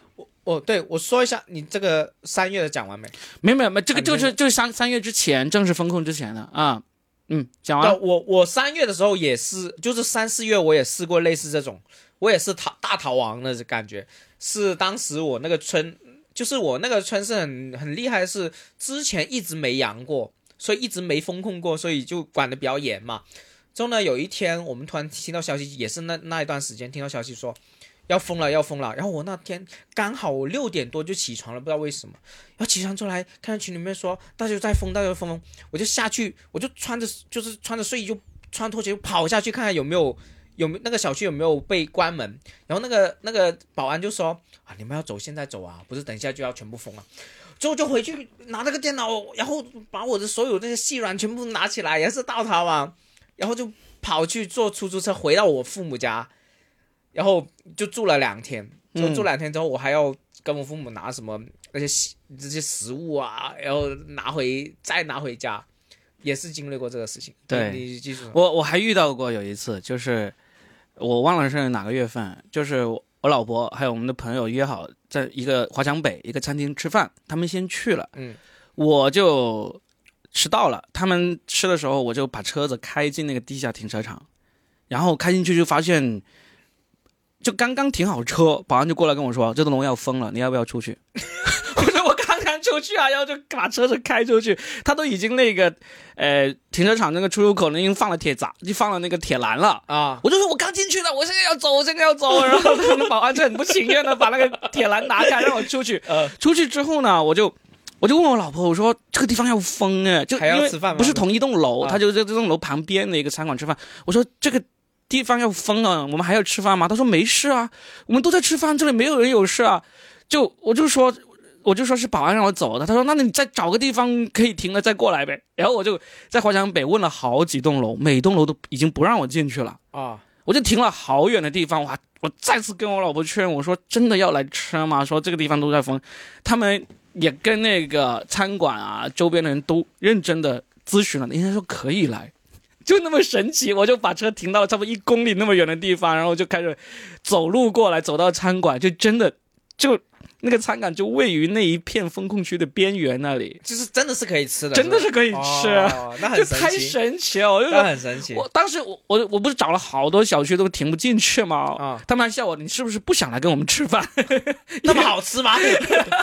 Speaker 2: 哦，对我说一下，你这个三月的讲完没？
Speaker 1: 没有没有没有，这个
Speaker 2: 啊
Speaker 1: 这个
Speaker 2: 你
Speaker 1: 是就是三三月之前正式封控之前的啊，嗯，讲完
Speaker 2: 对，
Speaker 1: 了
Speaker 2: 我我三月的时候也是，就是三四月我也试过类似这种，我也是逃大逃亡的感觉。是当时我那个村，就是我那个村是很很厉害，是之前一直没阳过，所以一直没封控过，所以就管的比较严嘛。之后呢，有一天我们突然听到消息，也是那那一段时间听到消息说要封了，要封了。然后我那天刚好我六点多就起床了，不知道为什么。然后起床出来，看到群里面说大家都在封，大家都在封，我就下去，我就穿着就是穿着睡衣就穿拖鞋就跑下去看看有没有有没有那个小区有没有被关门。然后那个那个保安就说啊，你们要走现在走啊，不是等一下就要全部封了。之后就回去拿那个电脑，然后把我的所有那些细软全部拿起来，也是大逃亡，然后就跑去坐出租车回到我父母家，然后就住了两天。就住两天之后，我还要跟我父母拿什么那些西这些食物啊，然后拿回再拿回家，也是经历过这个事情。
Speaker 1: 对
Speaker 2: 你你记住了
Speaker 1: 我我还遇到过有一次，就是我忘了是哪个月份，就是我我老婆还有我们的朋友约好在一个华强北一个餐厅吃饭，他们先去了，
Speaker 2: 嗯，
Speaker 1: 我就迟到了。他们吃的时候，我就把车子开进那个地下停车场，然后开进去就发现。就刚刚停好车，保安就过来跟我说：“这栋楼要封了，你要不要出去？” 我说：“我刚刚出去啊，然后就把车子开出去，他都已经那个呃停车场那个出入口呢，已经放了铁闸，就放了那个铁栏了。
Speaker 2: 啊，
Speaker 1: 我就说我刚进去的，我现在要走，我现在要走。 然后他们保安就很不情愿的把那个铁栏拿开，让我出去。
Speaker 2: 呃
Speaker 1: 出去之后呢，我就。我就问我老婆，我说这个地方要封哎，就
Speaker 2: 还要
Speaker 1: 因为
Speaker 2: 吃饭吗
Speaker 1: 不是同一栋楼，
Speaker 2: 啊
Speaker 1: 他就在这栋楼旁边的一个餐馆吃饭。我说这个地方要封啊，我们还要吃饭吗？她说没事啊，我们都在吃饭，这里没有人有事啊。就我就说我就说是保安让我走的，他说那你再找个地方可以停了再过来呗。然后我就在华强北问了好几栋楼，每栋楼都已经不让我进去了，
Speaker 2: 啊
Speaker 1: 我就停了好远的地方，哇！我再次跟我老婆确认，我说真的要来吃吗？说这个地方都在封，他们也跟那个餐馆啊周边的人都认真的咨询了，人家说可以来。就那么神奇，我就把车停到了差不多一公里那么远的地方，然后就开始走路过来，走到餐馆，就真的就那个餐馆就位于那一片风控区的边缘那里，
Speaker 2: 就是真的是可以吃的，
Speaker 1: 真的
Speaker 2: 是
Speaker 1: 是可以
Speaker 2: 吧
Speaker 1: 吃，啊
Speaker 2: 哦那
Speaker 1: 就
Speaker 2: 很
Speaker 1: 太
Speaker 2: 神奇，
Speaker 1: 神奇了！我就
Speaker 2: 那
Speaker 1: 说，
Speaker 2: 很神奇
Speaker 1: 我当时我我我不是找了好多小区都停不进去吗？
Speaker 2: 啊，
Speaker 1: 他们还笑我，你是不是不想来跟我们吃饭？
Speaker 2: 那么好吃吗？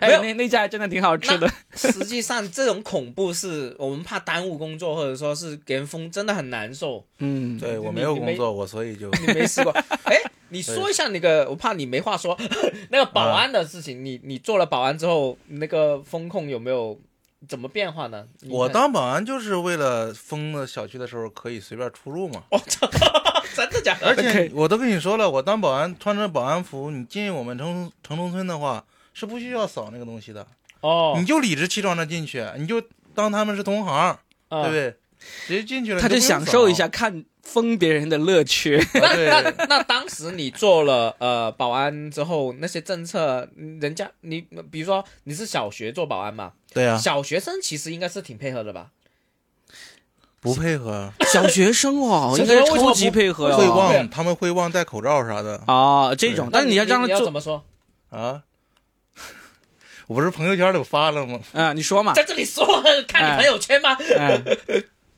Speaker 1: 哎，
Speaker 2: 没有
Speaker 1: 那那家还真的挺好吃的。
Speaker 2: 实际上，这种恐怖是我们怕耽误工作，或者说是给人封，真的很难受。
Speaker 1: 嗯，
Speaker 3: 对我
Speaker 2: 你
Speaker 3: 没有
Speaker 2: 你
Speaker 3: 工
Speaker 2: 没
Speaker 3: 作，我所以就
Speaker 2: 你没试过？ 哎，你说一下那个，我怕你没话说。 那个保安的事情，你你做了保安之后，那个风控有没有怎么变化呢？你
Speaker 3: 我
Speaker 2: 看
Speaker 3: 当保安就是为了封了小区的时候可以随便出入嘛。
Speaker 2: 真的假
Speaker 3: 而
Speaker 2: 的？
Speaker 3: 且我都跟你说了，我当保安穿着保安服，你进我们城城中村的话是不需要扫那个东西的，
Speaker 2: 哦
Speaker 3: 你，就理直气壮的进去，你就当他们是同行，对
Speaker 2: 啊
Speaker 3: 嗯不对？直接进去了，
Speaker 1: 他
Speaker 3: 你
Speaker 1: 就
Speaker 3: 都不用
Speaker 1: 享受一
Speaker 3: 扫啊
Speaker 1: 下看封别人的乐 趣。
Speaker 2: 那
Speaker 3: 对
Speaker 2: 那 那当时你做了呃保安之后，那些政策，人家你比如说你是小学做保安嘛，
Speaker 3: 对啊呀、
Speaker 2: 小学生其实应该是挺配合的吧？
Speaker 3: 不配合，
Speaker 1: 小学生 哦，
Speaker 2: 小
Speaker 1: 应
Speaker 2: 学生
Speaker 1: 该
Speaker 2: 为什么
Speaker 1: 超级
Speaker 2: 不
Speaker 1: 配合
Speaker 3: 会
Speaker 1: 哦。
Speaker 3: 忘，他们会忘戴口罩啥的
Speaker 1: 啊，这种，但是
Speaker 2: 你
Speaker 1: 你要让
Speaker 2: 你
Speaker 1: 他
Speaker 2: 要
Speaker 1: 做
Speaker 2: 怎么说？
Speaker 3: 啊。 我不是朋友圈里我发了吗？
Speaker 1: 啊，你说嘛，
Speaker 2: 在这里说看
Speaker 1: 哎
Speaker 2: 你朋友圈吗？
Speaker 1: 哎，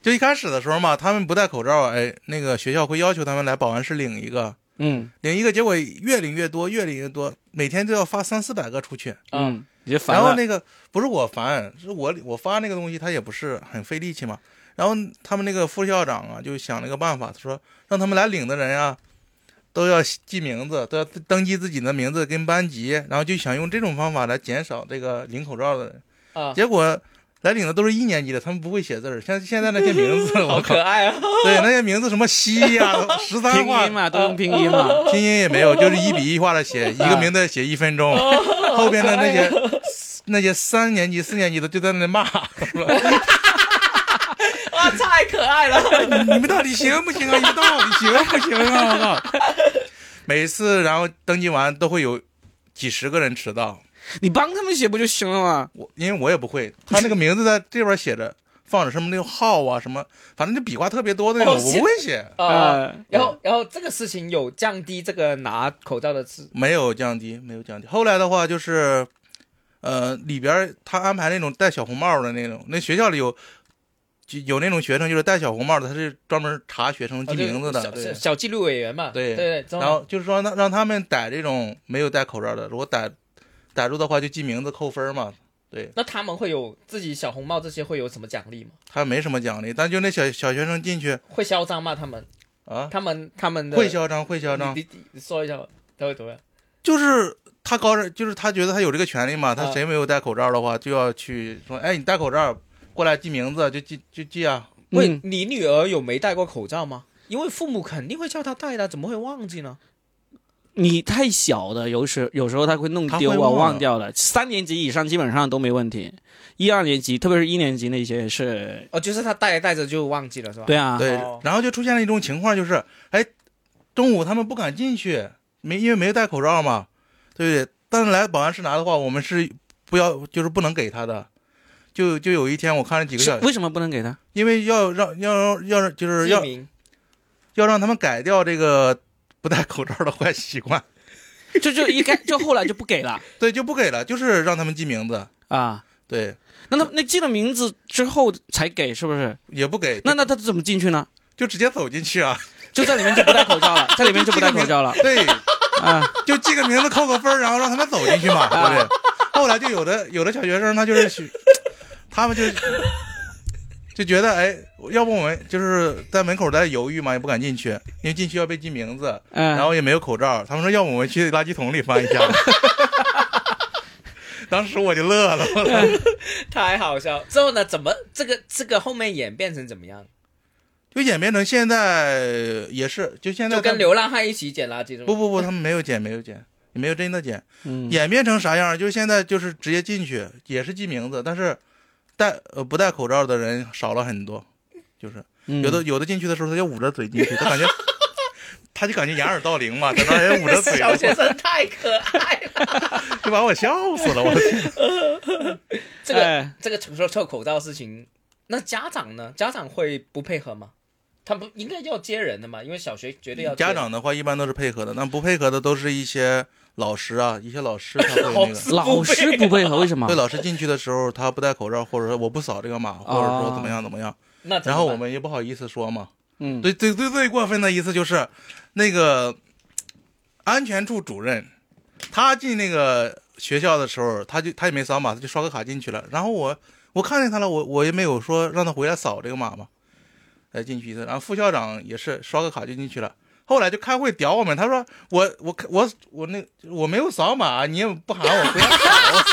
Speaker 3: 就一开始的时候嘛，他们不戴口罩，哎，那个学校会要求他们来保安室领一个，
Speaker 1: 嗯
Speaker 3: 领一个，结果越领越多，越领越多，每天都要发三四百个出去。
Speaker 2: 嗯，
Speaker 1: 嗯，你就烦
Speaker 3: 然后
Speaker 1: 了。
Speaker 3: 那个不是我烦，是我我发那个东西，他也不是很费力气嘛。然后他们那个副校长啊，就想了个办法，他说让他们来领的人啊，都要记名字，都要登记自己的名字跟班级，然后就想用这种方法来减少这个领口罩的人。
Speaker 2: 啊，
Speaker 3: 结果来领的都是一年级的，他们不会写字儿，像现在那些名字，
Speaker 2: 好
Speaker 3: 我靠
Speaker 2: 可，爱啊！
Speaker 3: 对那些名字什么西呀、十三
Speaker 1: 拼
Speaker 3: 画
Speaker 1: 音嘛，都用拼音 嘛。
Speaker 3: 拼音也没有，就是一比一画的写，一个名字写一分钟，
Speaker 2: 哦
Speaker 3: 后边的
Speaker 2: 哎
Speaker 3: 那些那些三年级、四年级的就在那骂， 说
Speaker 2: 哇，太可爱 了！
Speaker 3: 你们到底行不行啊？你们到底行不行啊？我靠！每次然后登记完都会有几十个人迟到，
Speaker 1: 你帮他们写不就行了吗？
Speaker 3: 我因为我也不会，他那个名字在这边写着，放着什么那个号啊什么，反正就笔画特别多的那种，
Speaker 2: 哦
Speaker 3: 我
Speaker 2: 写
Speaker 3: 不会写，
Speaker 2: 啊
Speaker 1: 哎，
Speaker 2: 然后然后这个事情有降低这个拿口罩的次
Speaker 3: 没有降低，没有降低。后来的话就是，呃，里边儿他安排那种戴小红帽的那种，那学校里有。就有那种学生就是戴小红帽的，他是专门查学生记
Speaker 2: 啊就
Speaker 3: 名字的，
Speaker 2: 小小
Speaker 3: 对。
Speaker 2: 小纪律委员嘛，
Speaker 3: 对
Speaker 2: 对对，
Speaker 3: 然后就是说让让他们逮这种没有戴口罩的，如果逮逮住的话就记名字扣分嘛。对
Speaker 2: 那他们会有自己小红帽这些会有什么奖励吗？
Speaker 3: 他没什么奖励，但就那小小学生进去
Speaker 2: 会嚣张吗？他们
Speaker 3: 啊，
Speaker 2: 他们他们的
Speaker 3: 会嚣张会嚣张，
Speaker 2: 你你你说一下吧，他会怎么样？
Speaker 3: 就是他高人，就是他觉得他有这个权利嘛，他
Speaker 2: 啊
Speaker 3: 谁没有戴口罩的话就要去说，哎，你戴口罩过来记名字就记就记啊，
Speaker 2: 喂
Speaker 1: 嗯，
Speaker 2: 你女儿有没戴过口罩吗？因为父母肯定会叫她戴的，怎么会忘记呢？
Speaker 1: 你太小的，有时有时候他会弄丢
Speaker 3: 他会
Speaker 1: 啊，
Speaker 3: 忘
Speaker 1: 忘掉了。三年级以上基本上都没问题，一二年级，特别是一年级那些是，
Speaker 2: 哦，就是她戴着戴着就忘记了，是吧？
Speaker 1: 对啊，
Speaker 3: 对
Speaker 2: 哦，
Speaker 3: 然后就出现了一种情况，就是哎，中午他们不敢进去，没因为没戴口罩嘛，对不对？但是来保安室拿的话，我们是不要，就是不能给他的。就就有一天，我看了几个
Speaker 1: 是
Speaker 3: 小，
Speaker 1: 为什么不能给他？
Speaker 3: 因为要让要让要让就是
Speaker 2: 记
Speaker 3: 要
Speaker 2: 名
Speaker 3: 要让他们改掉这个不戴口罩的坏习惯，
Speaker 1: 就就一开 就后来就不给了
Speaker 3: 对，就不给了，就是让他们记名字，
Speaker 1: 啊。
Speaker 3: 对，
Speaker 1: 那他那记了名字之后才给，是不是？
Speaker 3: 也不给，
Speaker 1: 那那他怎么进去呢？
Speaker 3: 就直接走进去啊，
Speaker 1: 就在里面就不戴口罩了，在里面就不戴口罩了
Speaker 3: 对，
Speaker 1: 啊。
Speaker 3: 就记个名字扣个分儿，然后让他们走进去嘛，对不对？后来就有的有的小学生他就是去，他们就就觉得哎，要不我们就是在门口在犹豫嘛，也不敢进去，因为进去要被记名字，
Speaker 1: 嗯，
Speaker 3: 然后也没有口罩，他们说要不我们去垃圾桶里翻一下。当时我就乐了，我操
Speaker 2: 太好笑了。之后呢，怎么这个这个后面演变成怎么样？
Speaker 3: 就演变成现在也是，就现在
Speaker 2: 就
Speaker 3: 他
Speaker 2: 跟
Speaker 3: 们
Speaker 2: 流浪汉一起捡垃圾是吗？
Speaker 3: 不不不，他们没有捡，没有捡，也没有真的捡。
Speaker 1: 嗯
Speaker 3: 演变成啥样？就是现在就是直接进去，也是记名字，但是戴呃不戴口罩的人少了很多，就是
Speaker 1: 嗯
Speaker 3: 有的有的进去的时候他就捂着嘴进去，他感觉他就感觉掩耳盗铃嘛，在那人捂着嘴，
Speaker 2: 小学生太可爱了。
Speaker 3: 就把我笑死了，我的天！
Speaker 2: 这个、
Speaker 1: 哎
Speaker 2: 这个除了臭口罩的事情，那家长呢？家长会不配合吗？他们应该要接人的嘛，因为小学绝对要接
Speaker 3: 家
Speaker 2: 人
Speaker 3: 长的话一般都是配合的，那不配合的都是一些老师啊，一些老师他会那
Speaker 2: 老
Speaker 3: 个。
Speaker 2: 师
Speaker 1: 老师不配合，为什么
Speaker 3: 啊对？老师进去的时候，他不戴口罩，或者说我不扫这个码，或者说怎么样怎么样，
Speaker 2: 那怎么
Speaker 3: 然后我
Speaker 2: 办
Speaker 3: 们也不好意思说嘛，
Speaker 1: 嗯，
Speaker 3: 对，最最最过分的一次就是，那个安全处主任，他进那个学校的时候，他就他也没扫码，他就刷个卡进去了。然后我我看见他了，我我也没有说让他回来扫这个码嘛，再进去一次。然后副校长也是刷个卡就进去了。后来就开会屌我们，他说我我我我那我没有扫码，你也不喊我回来扫，
Speaker 1: 啊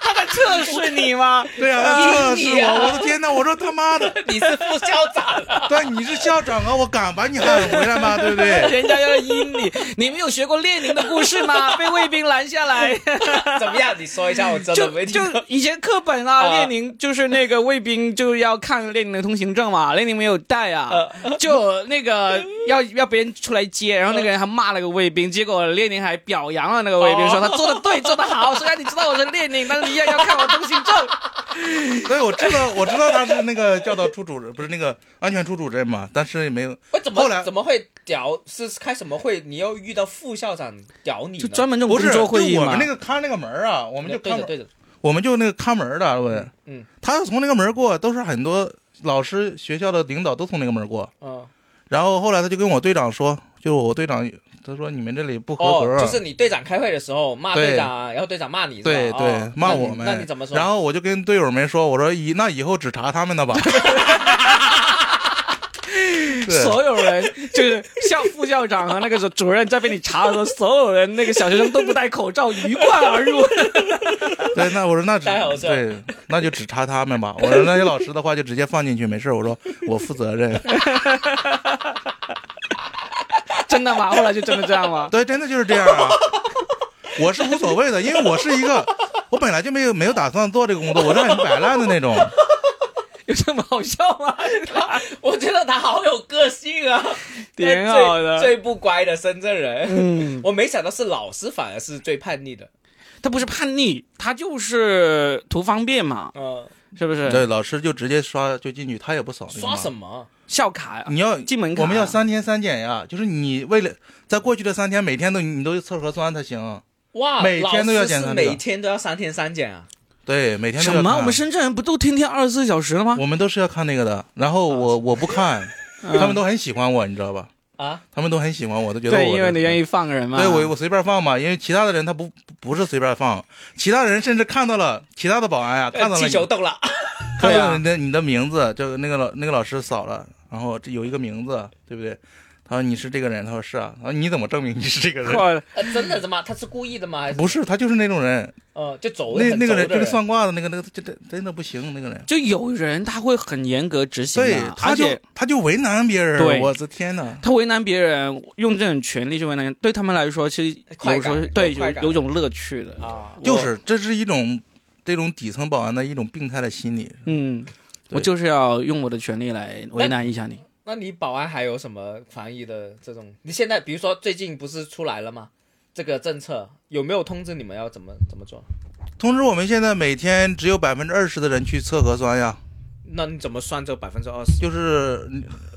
Speaker 2: 他在这是你吗？
Speaker 3: 对呀、
Speaker 2: 啊
Speaker 3: 这是我，我的天哪！我说他妈的，
Speaker 2: 你是副校长啊！
Speaker 3: 对，你是校长啊，我敢把你喊回来吗？对不对？
Speaker 1: 人家要阴你，你没有学过列宁的故事吗？被卫兵拦下来，
Speaker 2: 怎么样？你说一下，我真的
Speaker 1: 就
Speaker 2: 没听
Speaker 1: 就
Speaker 2: 过。
Speaker 1: 以前课本啊，
Speaker 2: 啊
Speaker 1: 列宁就是那个卫兵就要看列宁的通行证嘛，列宁没有带啊，就那个要要别人出来接，然后那个人还骂了个卫兵，结果列宁还表扬了那个卫兵，
Speaker 2: 哦
Speaker 1: 说他做的对，做的好，虽然你知道我是列宁，但是你也要看我通行证。
Speaker 3: 所以我知道，我知道他是那个教导处主任，不是那个安全处主任嘛，但是也没有。
Speaker 2: 我怎
Speaker 3: 后
Speaker 2: 么
Speaker 3: 来
Speaker 2: 怎么会屌？是开什么会？你又遇到副校长屌你呢？
Speaker 1: 就专门这种
Speaker 3: 不
Speaker 1: 工
Speaker 3: 是，
Speaker 1: 作会议
Speaker 3: 就我
Speaker 1: 嘛
Speaker 3: 们那。个看那个门儿啊，我们就
Speaker 2: 对
Speaker 3: 看
Speaker 2: 的对的，
Speaker 3: 我们就那个看门儿的，我
Speaker 2: 嗯
Speaker 3: 他从那个门儿过，都是很多老师、学校的领导都从那个门儿过。
Speaker 2: 嗯
Speaker 3: 然后后来他就跟我队长说，就我队长，他说你们这里不合格，啊
Speaker 2: 哦，就是你队长开会的时候骂
Speaker 3: 对
Speaker 2: 队长，然后队长骂你是吧，
Speaker 3: 对
Speaker 2: 哦
Speaker 3: 对、骂
Speaker 2: 那你
Speaker 3: 我们
Speaker 2: 那你怎么说？
Speaker 3: 然后我就跟队友们说，我说以那以后只查他们的 吧。 对，
Speaker 1: 所有人就是校副校长和那个主任在被你查的时候，所有人那个小学生都不戴口罩，鱼贯而入。
Speaker 3: 对，那我说那只
Speaker 2: 太好笑了
Speaker 3: 对，那就只查他们吧。我说那些老师的话就直接放进去，没事儿。我说我负责任。
Speaker 1: 真的吗？后来就真的这样吗？
Speaker 3: 对，真的就是这样啊。我是无所谓的，因为我是一个，我本来就没有没有打算做这个工作，我是很摆烂的那种。
Speaker 1: 有这么好笑 吗？
Speaker 2: 我觉得他好有个性啊，
Speaker 1: 挺好的
Speaker 2: 最最不乖的深圳人。
Speaker 1: 嗯，
Speaker 2: 我没想到是老师反而是最叛逆的，
Speaker 1: 他不是叛逆，他就是图方便嘛，
Speaker 2: 嗯，
Speaker 1: 是不是？
Speaker 3: 对，老师就直接刷就进去，他也不扫。
Speaker 2: 刷什
Speaker 3: 么？
Speaker 2: 么？
Speaker 1: 校卡呀，
Speaker 3: 你要
Speaker 1: 进门卡
Speaker 3: 我们要三天三检呀，就是你为了在过去的三天，每天都你都测核酸才行。
Speaker 2: 哇，
Speaker 3: 每天都要检查
Speaker 2: 老
Speaker 3: 这
Speaker 2: 师
Speaker 3: 个
Speaker 2: 是每天都要三天三检啊！
Speaker 3: 对，每天都
Speaker 1: 什
Speaker 3: 要
Speaker 1: 么？
Speaker 3: 看
Speaker 1: 我们深圳人不都天天二十四小时了吗？
Speaker 3: 我们都是要看那个的。然后
Speaker 1: 啊
Speaker 3: 我我 不看，
Speaker 1: 嗯
Speaker 3: 他们都很喜欢我，你知道吧？
Speaker 2: 啊，
Speaker 3: 他们都很喜欢我，都觉得我
Speaker 1: 对，因为你愿
Speaker 3: 意。
Speaker 1: 意放人嘛。
Speaker 3: 对我我随便放嘛，因为其他的人他不不是随便放，其他人甚至看到了其他的保安呀、看到了
Speaker 2: 气
Speaker 3: 你
Speaker 2: 球动了，
Speaker 3: 看
Speaker 1: 对啊
Speaker 3: 到你的你的名字，就那个老那个老师扫了，然后这有一个名字，对不对？他说你是这个人，他说是啊，他说你怎么证明你是这 个人？
Speaker 1: 靠
Speaker 2: 呃真的是吗？他是故意的吗？还是
Speaker 3: 不是，他就是那种人，
Speaker 2: 呃，就走
Speaker 3: 那
Speaker 2: 很
Speaker 3: 那个
Speaker 2: 轴
Speaker 3: 人
Speaker 2: 的
Speaker 3: 真的算卦的，那个那个真的真的不行，那个人。
Speaker 1: 就有人他会很严格执行
Speaker 3: 对
Speaker 1: 的，，
Speaker 3: 他
Speaker 1: 而
Speaker 3: 就
Speaker 1: 且
Speaker 3: 他就为难别
Speaker 1: 对
Speaker 3: 人，我的天哪！
Speaker 1: 他为难别人，用这种权利去为难人，对他们来说，其实
Speaker 2: 快
Speaker 1: 有时
Speaker 2: 感
Speaker 1: 候对
Speaker 2: 有
Speaker 1: 有
Speaker 2: 快感
Speaker 1: 有种乐趣的。
Speaker 2: 啊，
Speaker 3: 就
Speaker 2: 我
Speaker 3: 是这是一种这种底层保安的一种病态的心理。
Speaker 1: 嗯，
Speaker 3: 对哎
Speaker 1: 我就是要用我的权利来为难一下你。
Speaker 2: 那你保安还有什么防疫的这种？你现在比如说最近不是出来了吗？这个政策有没有通知你们要怎么怎么做？
Speaker 3: 通知我们现在每天只有百分之二十的人去测核酸呀，
Speaker 2: 那你怎么算这百分之二十？
Speaker 3: 就是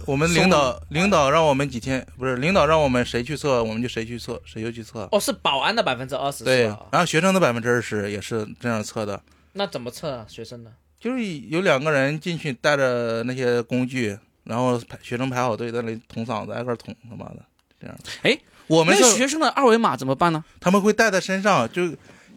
Speaker 3: 我们领导领导让我们几天不是领导让我们谁去测我们就谁去测谁就去测，
Speaker 2: 哦，是保安的百分之二十，
Speaker 1: 啊
Speaker 3: 对，
Speaker 2: 是吧
Speaker 3: 然后学生的百分之二十也是这样测的，
Speaker 2: 那怎么测啊？学生的？
Speaker 3: 就是有两个人进去带着那些工具，然后排学生排好队在那里捅嗓子挨个捅他妈的这样。
Speaker 1: 哎，
Speaker 3: 我们
Speaker 1: 那
Speaker 3: 是
Speaker 1: 学生的二维码怎么办呢？
Speaker 3: 他们会带在身上，就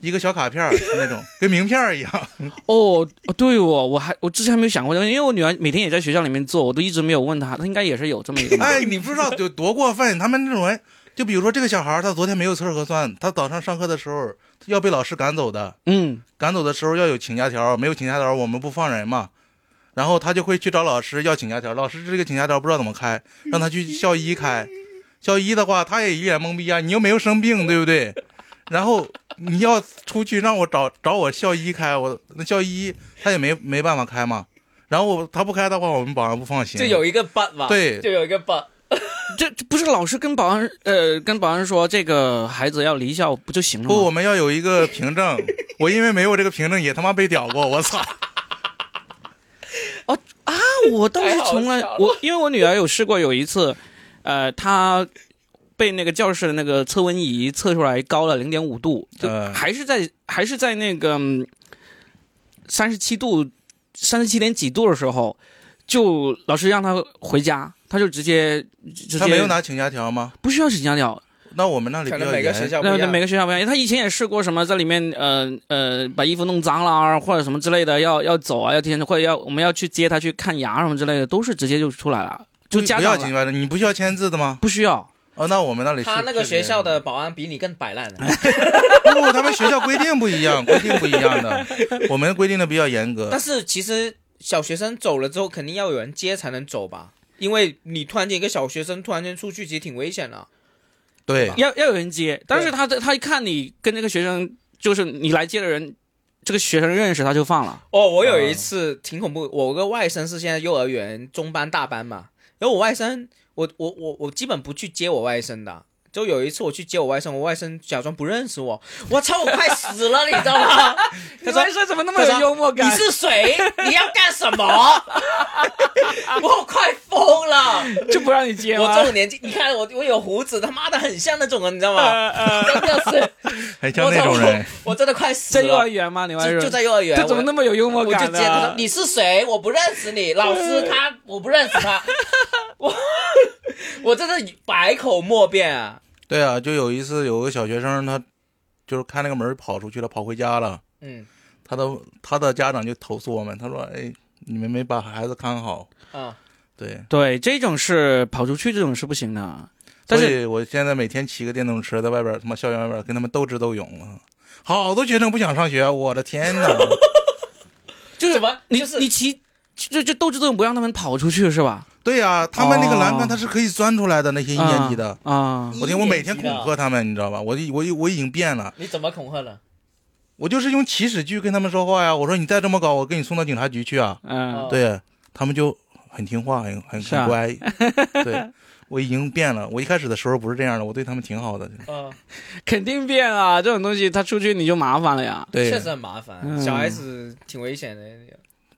Speaker 3: 一个小卡片儿那 种，跟名片儿一样。
Speaker 1: 哦，哦对哦，我还我之前还没有想过这个，因为我女儿每天也在学校里面做，我都一直没有问她，她应该也是有这么一 个吧。
Speaker 3: 哎，你不知道有多过分！他们这种人，就比如说这个小孩儿，他昨天没有测核酸，他早上上课的时候要被老师赶走的，
Speaker 1: 嗯，
Speaker 3: 赶走的时候要有请假条，没有请假条我们不放人嘛。然后他就会去找老师要请假条，老师这个请假条不知道怎么开，让他去校医开。校医的话，他也一脸懵逼啊，你又没有生病，对不对？然后你要出去让我找找我校医开，我那校医他也没没办法开嘛。然后我他不开的话，我们保安不放心。
Speaker 2: 就有一个 but 吧，
Speaker 3: 对
Speaker 2: 就有一个 but。
Speaker 1: 这这不是老师跟保安呃跟保安说这个孩子要离校不就行了
Speaker 2: 嗯
Speaker 3: 不，我
Speaker 1: 吗？
Speaker 3: 们要有一个 凭证。我因为没有这个凭证，也他妈被屌过。我操！
Speaker 1: 啊，我倒是从来
Speaker 2: 太好笑了
Speaker 1: 我因为我女儿有试过有一次，呃，她被那个教室的那个测温仪测出来高了零点五度，就
Speaker 3: 呃
Speaker 1: 还是在还是在那个三十七度三十七点几度的时候，就老师让她回家，她就直接直接
Speaker 3: 他没有拿请假条吗？
Speaker 1: 不需要请家教，
Speaker 3: 那我们那里
Speaker 2: 可
Speaker 3: 比
Speaker 2: 能
Speaker 3: 较
Speaker 2: 每个学
Speaker 3: 严。
Speaker 2: 校不
Speaker 1: 那
Speaker 2: 一
Speaker 1: 那
Speaker 2: 样。
Speaker 1: 每个学校不一样。他以前也试过什么在里面呃呃把衣服弄脏了啊，或者什么之类的，要要走啊，要提前或者要我们要去接他去看牙什么之类的，都是直接就出来了，就
Speaker 3: 不
Speaker 1: 家
Speaker 3: 要
Speaker 1: 长
Speaker 3: 紧
Speaker 1: 了
Speaker 3: 吧？你不需要签字的吗？
Speaker 1: 不需要。
Speaker 3: 哦，那我们那里
Speaker 2: 他
Speaker 3: 是
Speaker 2: 那个
Speaker 3: 是
Speaker 2: 学校
Speaker 3: 这样
Speaker 2: 的保安比你更摆
Speaker 3: 嗯
Speaker 2: 烂、
Speaker 3: 的，不，他们学校规定不 一样，规定不一样的，我们规定的比较严格
Speaker 2: 但。是其实小学生走了之后，肯定要有人接才能走吧？因为你突然间一个小学生突然间出去，其实挺危险的。啊
Speaker 3: 对，
Speaker 1: 要要有人接，但是他他一看你跟这个学生，就是你来接的人，这个学生认识他就放了。
Speaker 2: 哦，我
Speaker 3: 嗯
Speaker 2: 有一次挺恐怖，我有个外甥是现在幼儿园中班大班嘛，然后我外甥，我我我我基本不去接我外甥的。就有一次我去接我外甥，我外甥假装不认识我，我操，我快死了，你知道 吗？他说
Speaker 1: 说怎么那
Speaker 2: 他说你是谁？你要干什么？ 我快疯了！
Speaker 1: 就不让你接
Speaker 2: 我
Speaker 1: 吗？
Speaker 2: 这种年纪，你看我我有胡子，他妈的很像那种人，你知道 吗？真的是，
Speaker 3: 还像
Speaker 2: 我
Speaker 3: 那
Speaker 2: 操
Speaker 3: 种人，
Speaker 2: 我真的快 死
Speaker 1: 在幼儿
Speaker 2: 了。
Speaker 1: 园吗？你外
Speaker 2: 就
Speaker 1: 甥
Speaker 2: 就在幼儿园，
Speaker 1: 他怎么
Speaker 2: 我
Speaker 1: 那么有幽默
Speaker 2: 我就
Speaker 1: 感啊
Speaker 2: 接
Speaker 1: 呢？
Speaker 2: 着说你是谁？我不认识你，老师他我不认识他，我我真的百口莫辩啊。
Speaker 3: 对啊，就有一次有个小学生，他就是开那个门跑出去了，跑回家了，
Speaker 2: 嗯
Speaker 3: 他的他的家长就投诉我们，他说：“哎，你们没把孩子看好。
Speaker 2: 啊，”
Speaker 3: 对，
Speaker 1: 对，这种是跑出去，这种是不行的。但
Speaker 3: 所
Speaker 1: 是
Speaker 3: 以我现在每天骑个电动车在外边他妈校园外边跟他们斗智斗勇了。好多学生不想上学，我的天 哪！
Speaker 2: 就是怎么
Speaker 1: 你、
Speaker 2: 就是
Speaker 1: 你骑，就就斗智斗勇，不让他们跑出去是吧？
Speaker 3: 对呀、他们那个栏
Speaker 1: 哦
Speaker 3: 杆它是可以钻出来的，那些一年
Speaker 2: 哦
Speaker 3: 级的。
Speaker 1: 啊，
Speaker 3: 我天，我每天
Speaker 2: 一年级的
Speaker 3: 恐吓他们，你知道吧？我已我已我已经变了，
Speaker 2: 你怎么恐吓了？
Speaker 3: 我就是用起始句跟他们说话呀。我说你再这么搞，我给你送到警察局去啊！
Speaker 1: 嗯，
Speaker 2: 哦
Speaker 3: 对他们就很听话，很很
Speaker 1: 是啊
Speaker 3: 很乖。对，我已经变了。我一开始的时候不是这样的，我对他们挺好的。
Speaker 2: 嗯，
Speaker 1: 肯定变啊，这种东西他出去你就麻烦了呀。
Speaker 3: 对，
Speaker 2: 确实很麻烦，啊
Speaker 1: 嗯
Speaker 2: 小孩子挺危险的。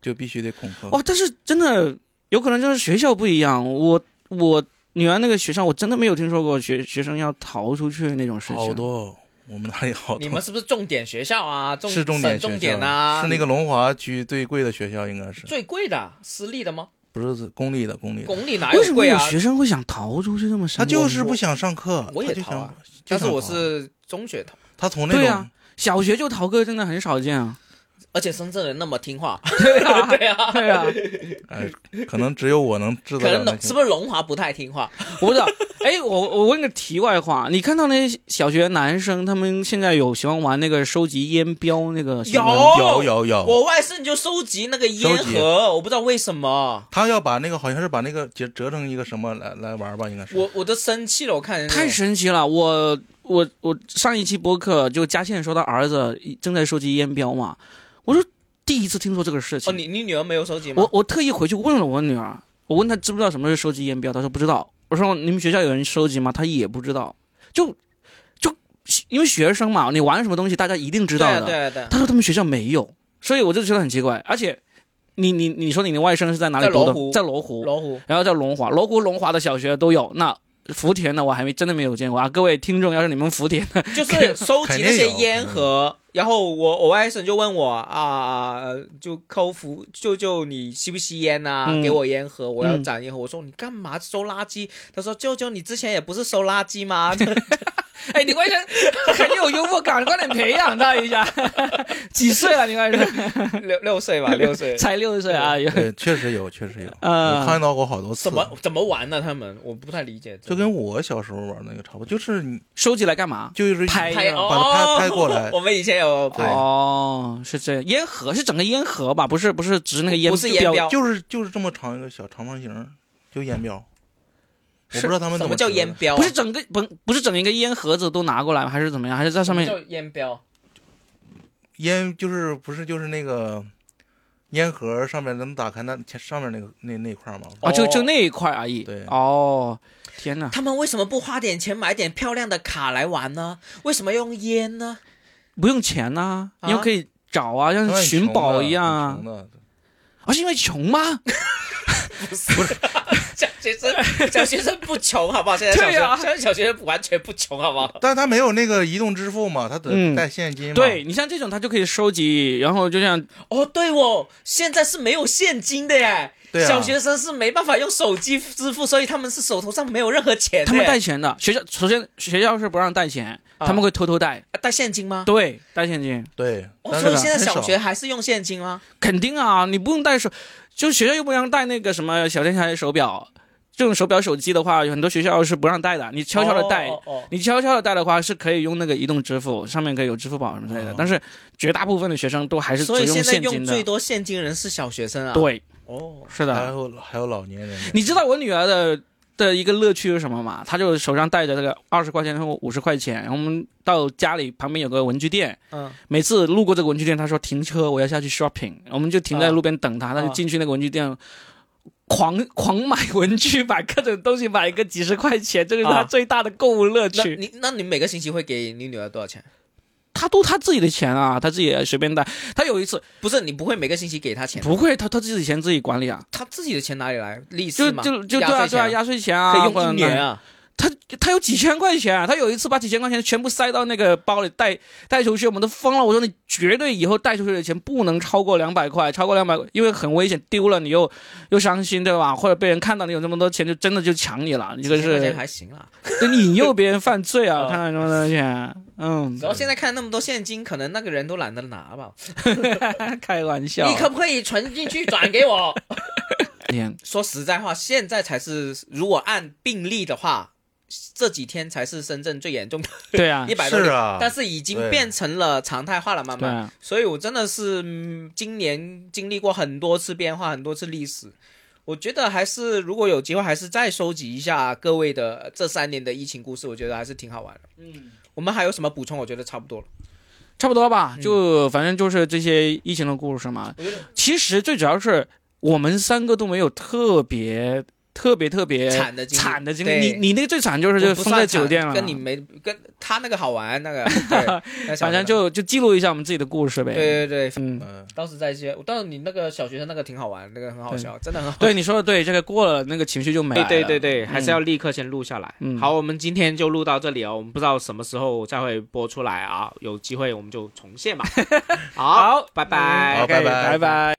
Speaker 3: 就必须得恐吓。
Speaker 2: 哦
Speaker 1: 哇，哦但是真的有可能就是学校不一样，我我女儿那个学校我真的没有听说过学学生要逃出去那种事情。
Speaker 3: 好多，我们那里好多。
Speaker 2: 你们是不是重点学校啊？重
Speaker 3: 哦是重
Speaker 2: 省
Speaker 3: 点学校
Speaker 2: 重点啊？
Speaker 3: 是那个龙华区最贵的学校，应该是
Speaker 2: 最贵的私立的吗？
Speaker 3: 不是公立的？公立的，
Speaker 2: 公立哪
Speaker 1: 为什
Speaker 2: 有
Speaker 1: 么
Speaker 2: 贵
Speaker 1: 有
Speaker 2: 啊？
Speaker 1: 学生会想逃出去这么深？
Speaker 3: 他就是不想上课，
Speaker 2: 我也
Speaker 3: 他就
Speaker 2: 逃啊
Speaker 3: 想，
Speaker 2: 但是
Speaker 3: 就想
Speaker 2: 我
Speaker 3: 逃
Speaker 2: 是中学头，
Speaker 3: 他从那
Speaker 1: 对
Speaker 3: 种
Speaker 1: 啊小学就逃课，真的很少见啊。
Speaker 2: 而且深圳人那么听话，
Speaker 1: 对啊，
Speaker 2: 对啊，
Speaker 1: 对啊，
Speaker 3: 哎，可能只有我能制
Speaker 2: 可
Speaker 3: 造
Speaker 2: 能
Speaker 3: 了那
Speaker 2: 龙
Speaker 3: 些
Speaker 2: 是不是龙华不太听话？
Speaker 1: 我不知道。哎，我我问个题外话，你看到那些小学男生，他们现在有喜欢玩那个收集烟标那个新闻吗？
Speaker 2: 有
Speaker 3: 有有有，
Speaker 2: 哦我外甥就收集那个烟
Speaker 3: 哦收集
Speaker 2: 盒，我不知道为什么，
Speaker 3: 他要把那个好像是把那个折折成一个什么来来玩吧，应该是。
Speaker 2: 我我都生气了，我看人家
Speaker 1: 太神奇了！我我我上一期播客就佳倩说她儿子正在收集烟标嘛，我说第一次听说这个事
Speaker 2: 哦，
Speaker 1: 情，
Speaker 2: 你你女儿没有收集吗
Speaker 1: 我？我特意回去问了我女儿，我问她知不知道什么是收集烟标，她说不知道。我说你们学校有人收集吗？她也不知道，就就因为学生嘛，你玩什么东西大家一定知
Speaker 2: 对
Speaker 1: 道
Speaker 2: 啊
Speaker 1: 的。
Speaker 2: 对啊对啊，
Speaker 1: 他说他们学校没有，所以我就觉得很奇怪。而且，你你你说你的外甥是在哪里
Speaker 2: 在
Speaker 1: 读的
Speaker 2: 罗？湖
Speaker 1: 在罗湖，
Speaker 2: 罗湖
Speaker 1: 然后在龙华，罗湖龙华的小学都有。那福田呢？我还没真的没有见过啊！各位听众，要是你们福田的，
Speaker 2: 就是收集那
Speaker 3: 肯定
Speaker 2: 些
Speaker 3: 有嗯
Speaker 2: 烟盒，然后我我外甥就问我啊，呃就抠服，舅舅你吸不吸烟呐、
Speaker 1: 嗯
Speaker 2: 给我烟盒，我要
Speaker 1: 嗯
Speaker 2: 攒烟盒。我说你干嘛收垃圾？他说舅舅你之前也不是收垃圾 吗？
Speaker 1: 哎，你外甥很有幽默感，快点培养他一 下。几岁啊了？你外甥
Speaker 2: 六六岁 吧，六岁。
Speaker 1: 才六岁啊！有
Speaker 3: 对，确实有，确 实有，
Speaker 1: 啊
Speaker 3: 我看到过好多次。
Speaker 2: 嗯怎么怎么玩呢？他们我不太理解。
Speaker 3: 就跟我小时候玩那个差不多，就是你
Speaker 1: 收集来干嘛？
Speaker 3: 就是
Speaker 1: 拍
Speaker 2: 拍
Speaker 1: 哦
Speaker 3: 把它拍拍过来
Speaker 2: 我们以前有
Speaker 3: 对
Speaker 1: 哦，是这样，烟盒是整个烟盒吧？不是，不是，只是那个烟
Speaker 2: 不是烟标，
Speaker 3: 就是就是这么长一个小长方形，就烟标。我不
Speaker 1: 是
Speaker 3: 知道他们
Speaker 2: 什
Speaker 3: 怎
Speaker 2: 么叫
Speaker 3: 折的
Speaker 2: 烟，标啊？
Speaker 1: 不是整个不不是整一个烟盒子都拿过来吗？还是怎么样？还是在上面
Speaker 2: 什么叫烟标。
Speaker 3: 烟就是不是就是那个烟盒上面能打开那前上面那个那那块儿吗？
Speaker 1: 啊，就就
Speaker 2: 哦
Speaker 1: 那一块而已。
Speaker 3: 对
Speaker 1: 哦，天哪！
Speaker 2: 他们为什么不花点钱买点漂亮的卡来玩呢？为什么用烟呢？
Speaker 1: 不用钱呐、
Speaker 2: 啊
Speaker 1: 你又可以找啊，像
Speaker 3: 他们
Speaker 1: 寻
Speaker 3: 穷
Speaker 1: 宝
Speaker 3: 的
Speaker 1: 一样
Speaker 3: 很
Speaker 1: 啊
Speaker 3: 穷。的
Speaker 1: 啊，是因为穷吗？
Speaker 2: 小学生， 小学生不穷，好不好？现在小
Speaker 1: 对
Speaker 2: 学，
Speaker 1: 啊
Speaker 2: 现在小学生完全不穷，好不好？
Speaker 3: 但是他没有那个移动支付嘛，他
Speaker 1: 嗯
Speaker 3: 得带现金嘛。
Speaker 1: 对你像这种，他就可以收集，然后就像
Speaker 2: 哦，对哦，现在是没有现金的耶。
Speaker 3: 对啊
Speaker 2: 小学生是没办法用手机支付，所以他们是手头上没有任何
Speaker 3: 哎
Speaker 2: 钱的
Speaker 1: 他
Speaker 2: 耶。
Speaker 1: 们带钱的，学校首先学校是不让带钱，
Speaker 2: 啊
Speaker 1: 他们会偷偷带，
Speaker 2: 带现金
Speaker 3: 啊
Speaker 2: 吗？
Speaker 1: 对，带现金，
Speaker 3: 对，
Speaker 2: 哦，
Speaker 3: 但
Speaker 2: 所以
Speaker 3: 是
Speaker 2: 现在
Speaker 3: 很
Speaker 2: 小
Speaker 3: 少
Speaker 2: 学还是用现金吗？
Speaker 1: 肯定啊，你不用带手，就学校又不让带那个什么小天才手表。这种手表、手机的话，有很多学校是不让带的，你悄悄的带。
Speaker 2: 哦哦哦
Speaker 1: 你悄悄的带的话，是可以用那个移动支付，上面可以有支付宝什么之类的。
Speaker 3: 哦
Speaker 1: 但是绝大部分的学生都还是只
Speaker 2: 所以现在
Speaker 1: 现
Speaker 2: 用
Speaker 1: 金
Speaker 2: 最
Speaker 1: 的。
Speaker 2: 多现金人是小学生啊。，
Speaker 1: 对，
Speaker 2: 哦，
Speaker 1: 是的。
Speaker 3: 还有还有老年人的，
Speaker 1: 你知道我女儿的的一个乐趣是什么吗？她就手上带着这个二十块钱或五十块钱，然后我们到家里旁边有个文具店，
Speaker 2: 嗯，
Speaker 1: 每次路过这个文具店，他说停车，我要下去 shopping，我们就停在路边等
Speaker 2: 啊
Speaker 1: 他，他就进去那个文具店。狂狂买文具，买各种东西，买个几十块钱，这个是他
Speaker 2: 啊
Speaker 1: 最大的购物乐
Speaker 2: 那
Speaker 1: 趣。
Speaker 2: 你那你每个星期会给你女儿多少钱？
Speaker 1: 他都他自己的钱啊，他自己随便带。他有一次
Speaker 2: 不是，你不会每个星期给她钱，
Speaker 1: 不会，他他自己钱自己管理啊，
Speaker 2: 她自己的钱哪里来？利
Speaker 1: 就是
Speaker 2: 吗？
Speaker 1: 就就对
Speaker 2: 压
Speaker 1: 啊对
Speaker 2: 岁
Speaker 1: 啊，
Speaker 2: 钱啊
Speaker 1: 压岁钱啊，
Speaker 2: 可以
Speaker 1: 或者
Speaker 2: 用一年
Speaker 1: 哪
Speaker 2: 啊。
Speaker 1: 他他有几千块钱啊，他有一次把几千块钱全部塞到那个包里带带出去，我们都疯了。我说你绝对以后带出去的钱不能超过两百块，超过两百，因为很危险，丢了你又又伤心，对吧？或者被人看到你有这么多钱，就真的就抢你了，你这个
Speaker 2: 几千块
Speaker 1: 是
Speaker 2: 钱还行啦，
Speaker 1: 对你引诱别人犯罪啊！
Speaker 2: 哦
Speaker 1: 看到这么多钱，嗯
Speaker 2: 主，要现在看那么多现金，可能那个人都懒得拿吧。
Speaker 1: 开玩笑，
Speaker 2: 你可不可以存进去转给我？
Speaker 1: 天
Speaker 2: 说实在话，现在才是如果按病例的话，这几天才是深圳最严重的
Speaker 1: 对啊
Speaker 2: 一，百多
Speaker 3: 是
Speaker 2: 例，
Speaker 3: 啊，
Speaker 2: 但是已经
Speaker 3: 对
Speaker 2: 变成了常态化了，慢
Speaker 1: 对
Speaker 2: 慢。
Speaker 1: 啊，
Speaker 2: 所以我真的是、嗯今年经历过很多次变化，很多次历史。我觉得还是如果有机会，还是再收集一下各位的这三年的疫情故事，我觉得还是挺好玩的。嗯，我们还有什么补充？我觉得差不多了。
Speaker 1: 差不多吧，
Speaker 2: 嗯
Speaker 1: 就反正就是这些疫情的故事嘛。
Speaker 2: 我觉得
Speaker 1: 其实最主要是我们三个都没有特别特别特别
Speaker 2: 惨的经历
Speaker 1: 惨的经历。
Speaker 2: 对
Speaker 1: 你你那个最惨就是
Speaker 2: 我
Speaker 1: 就
Speaker 2: 不
Speaker 1: 封在
Speaker 2: 算
Speaker 1: 酒
Speaker 2: 惨
Speaker 1: 店了，
Speaker 2: 跟你没跟他那个好玩 那个，对那小
Speaker 1: 反正
Speaker 2: 学
Speaker 1: 就就记录一下我们自己的故事呗。
Speaker 2: 对对对，
Speaker 1: 嗯，
Speaker 3: 嗯，
Speaker 2: 到时再接。到时你那个小学生那个挺好玩，那个很好笑，真的很好。
Speaker 1: 对你说的对，这个过了那个情绪就没了。
Speaker 2: 对对对，
Speaker 1: 嗯
Speaker 2: 还是要立刻先录下来。
Speaker 1: 嗯
Speaker 2: 好，我们今天就录到这里哦，我们不知道什么时候再会播 出来啊，有机会我们就重现吧。好，拜拜，
Speaker 3: 好拜拜
Speaker 1: 拜拜。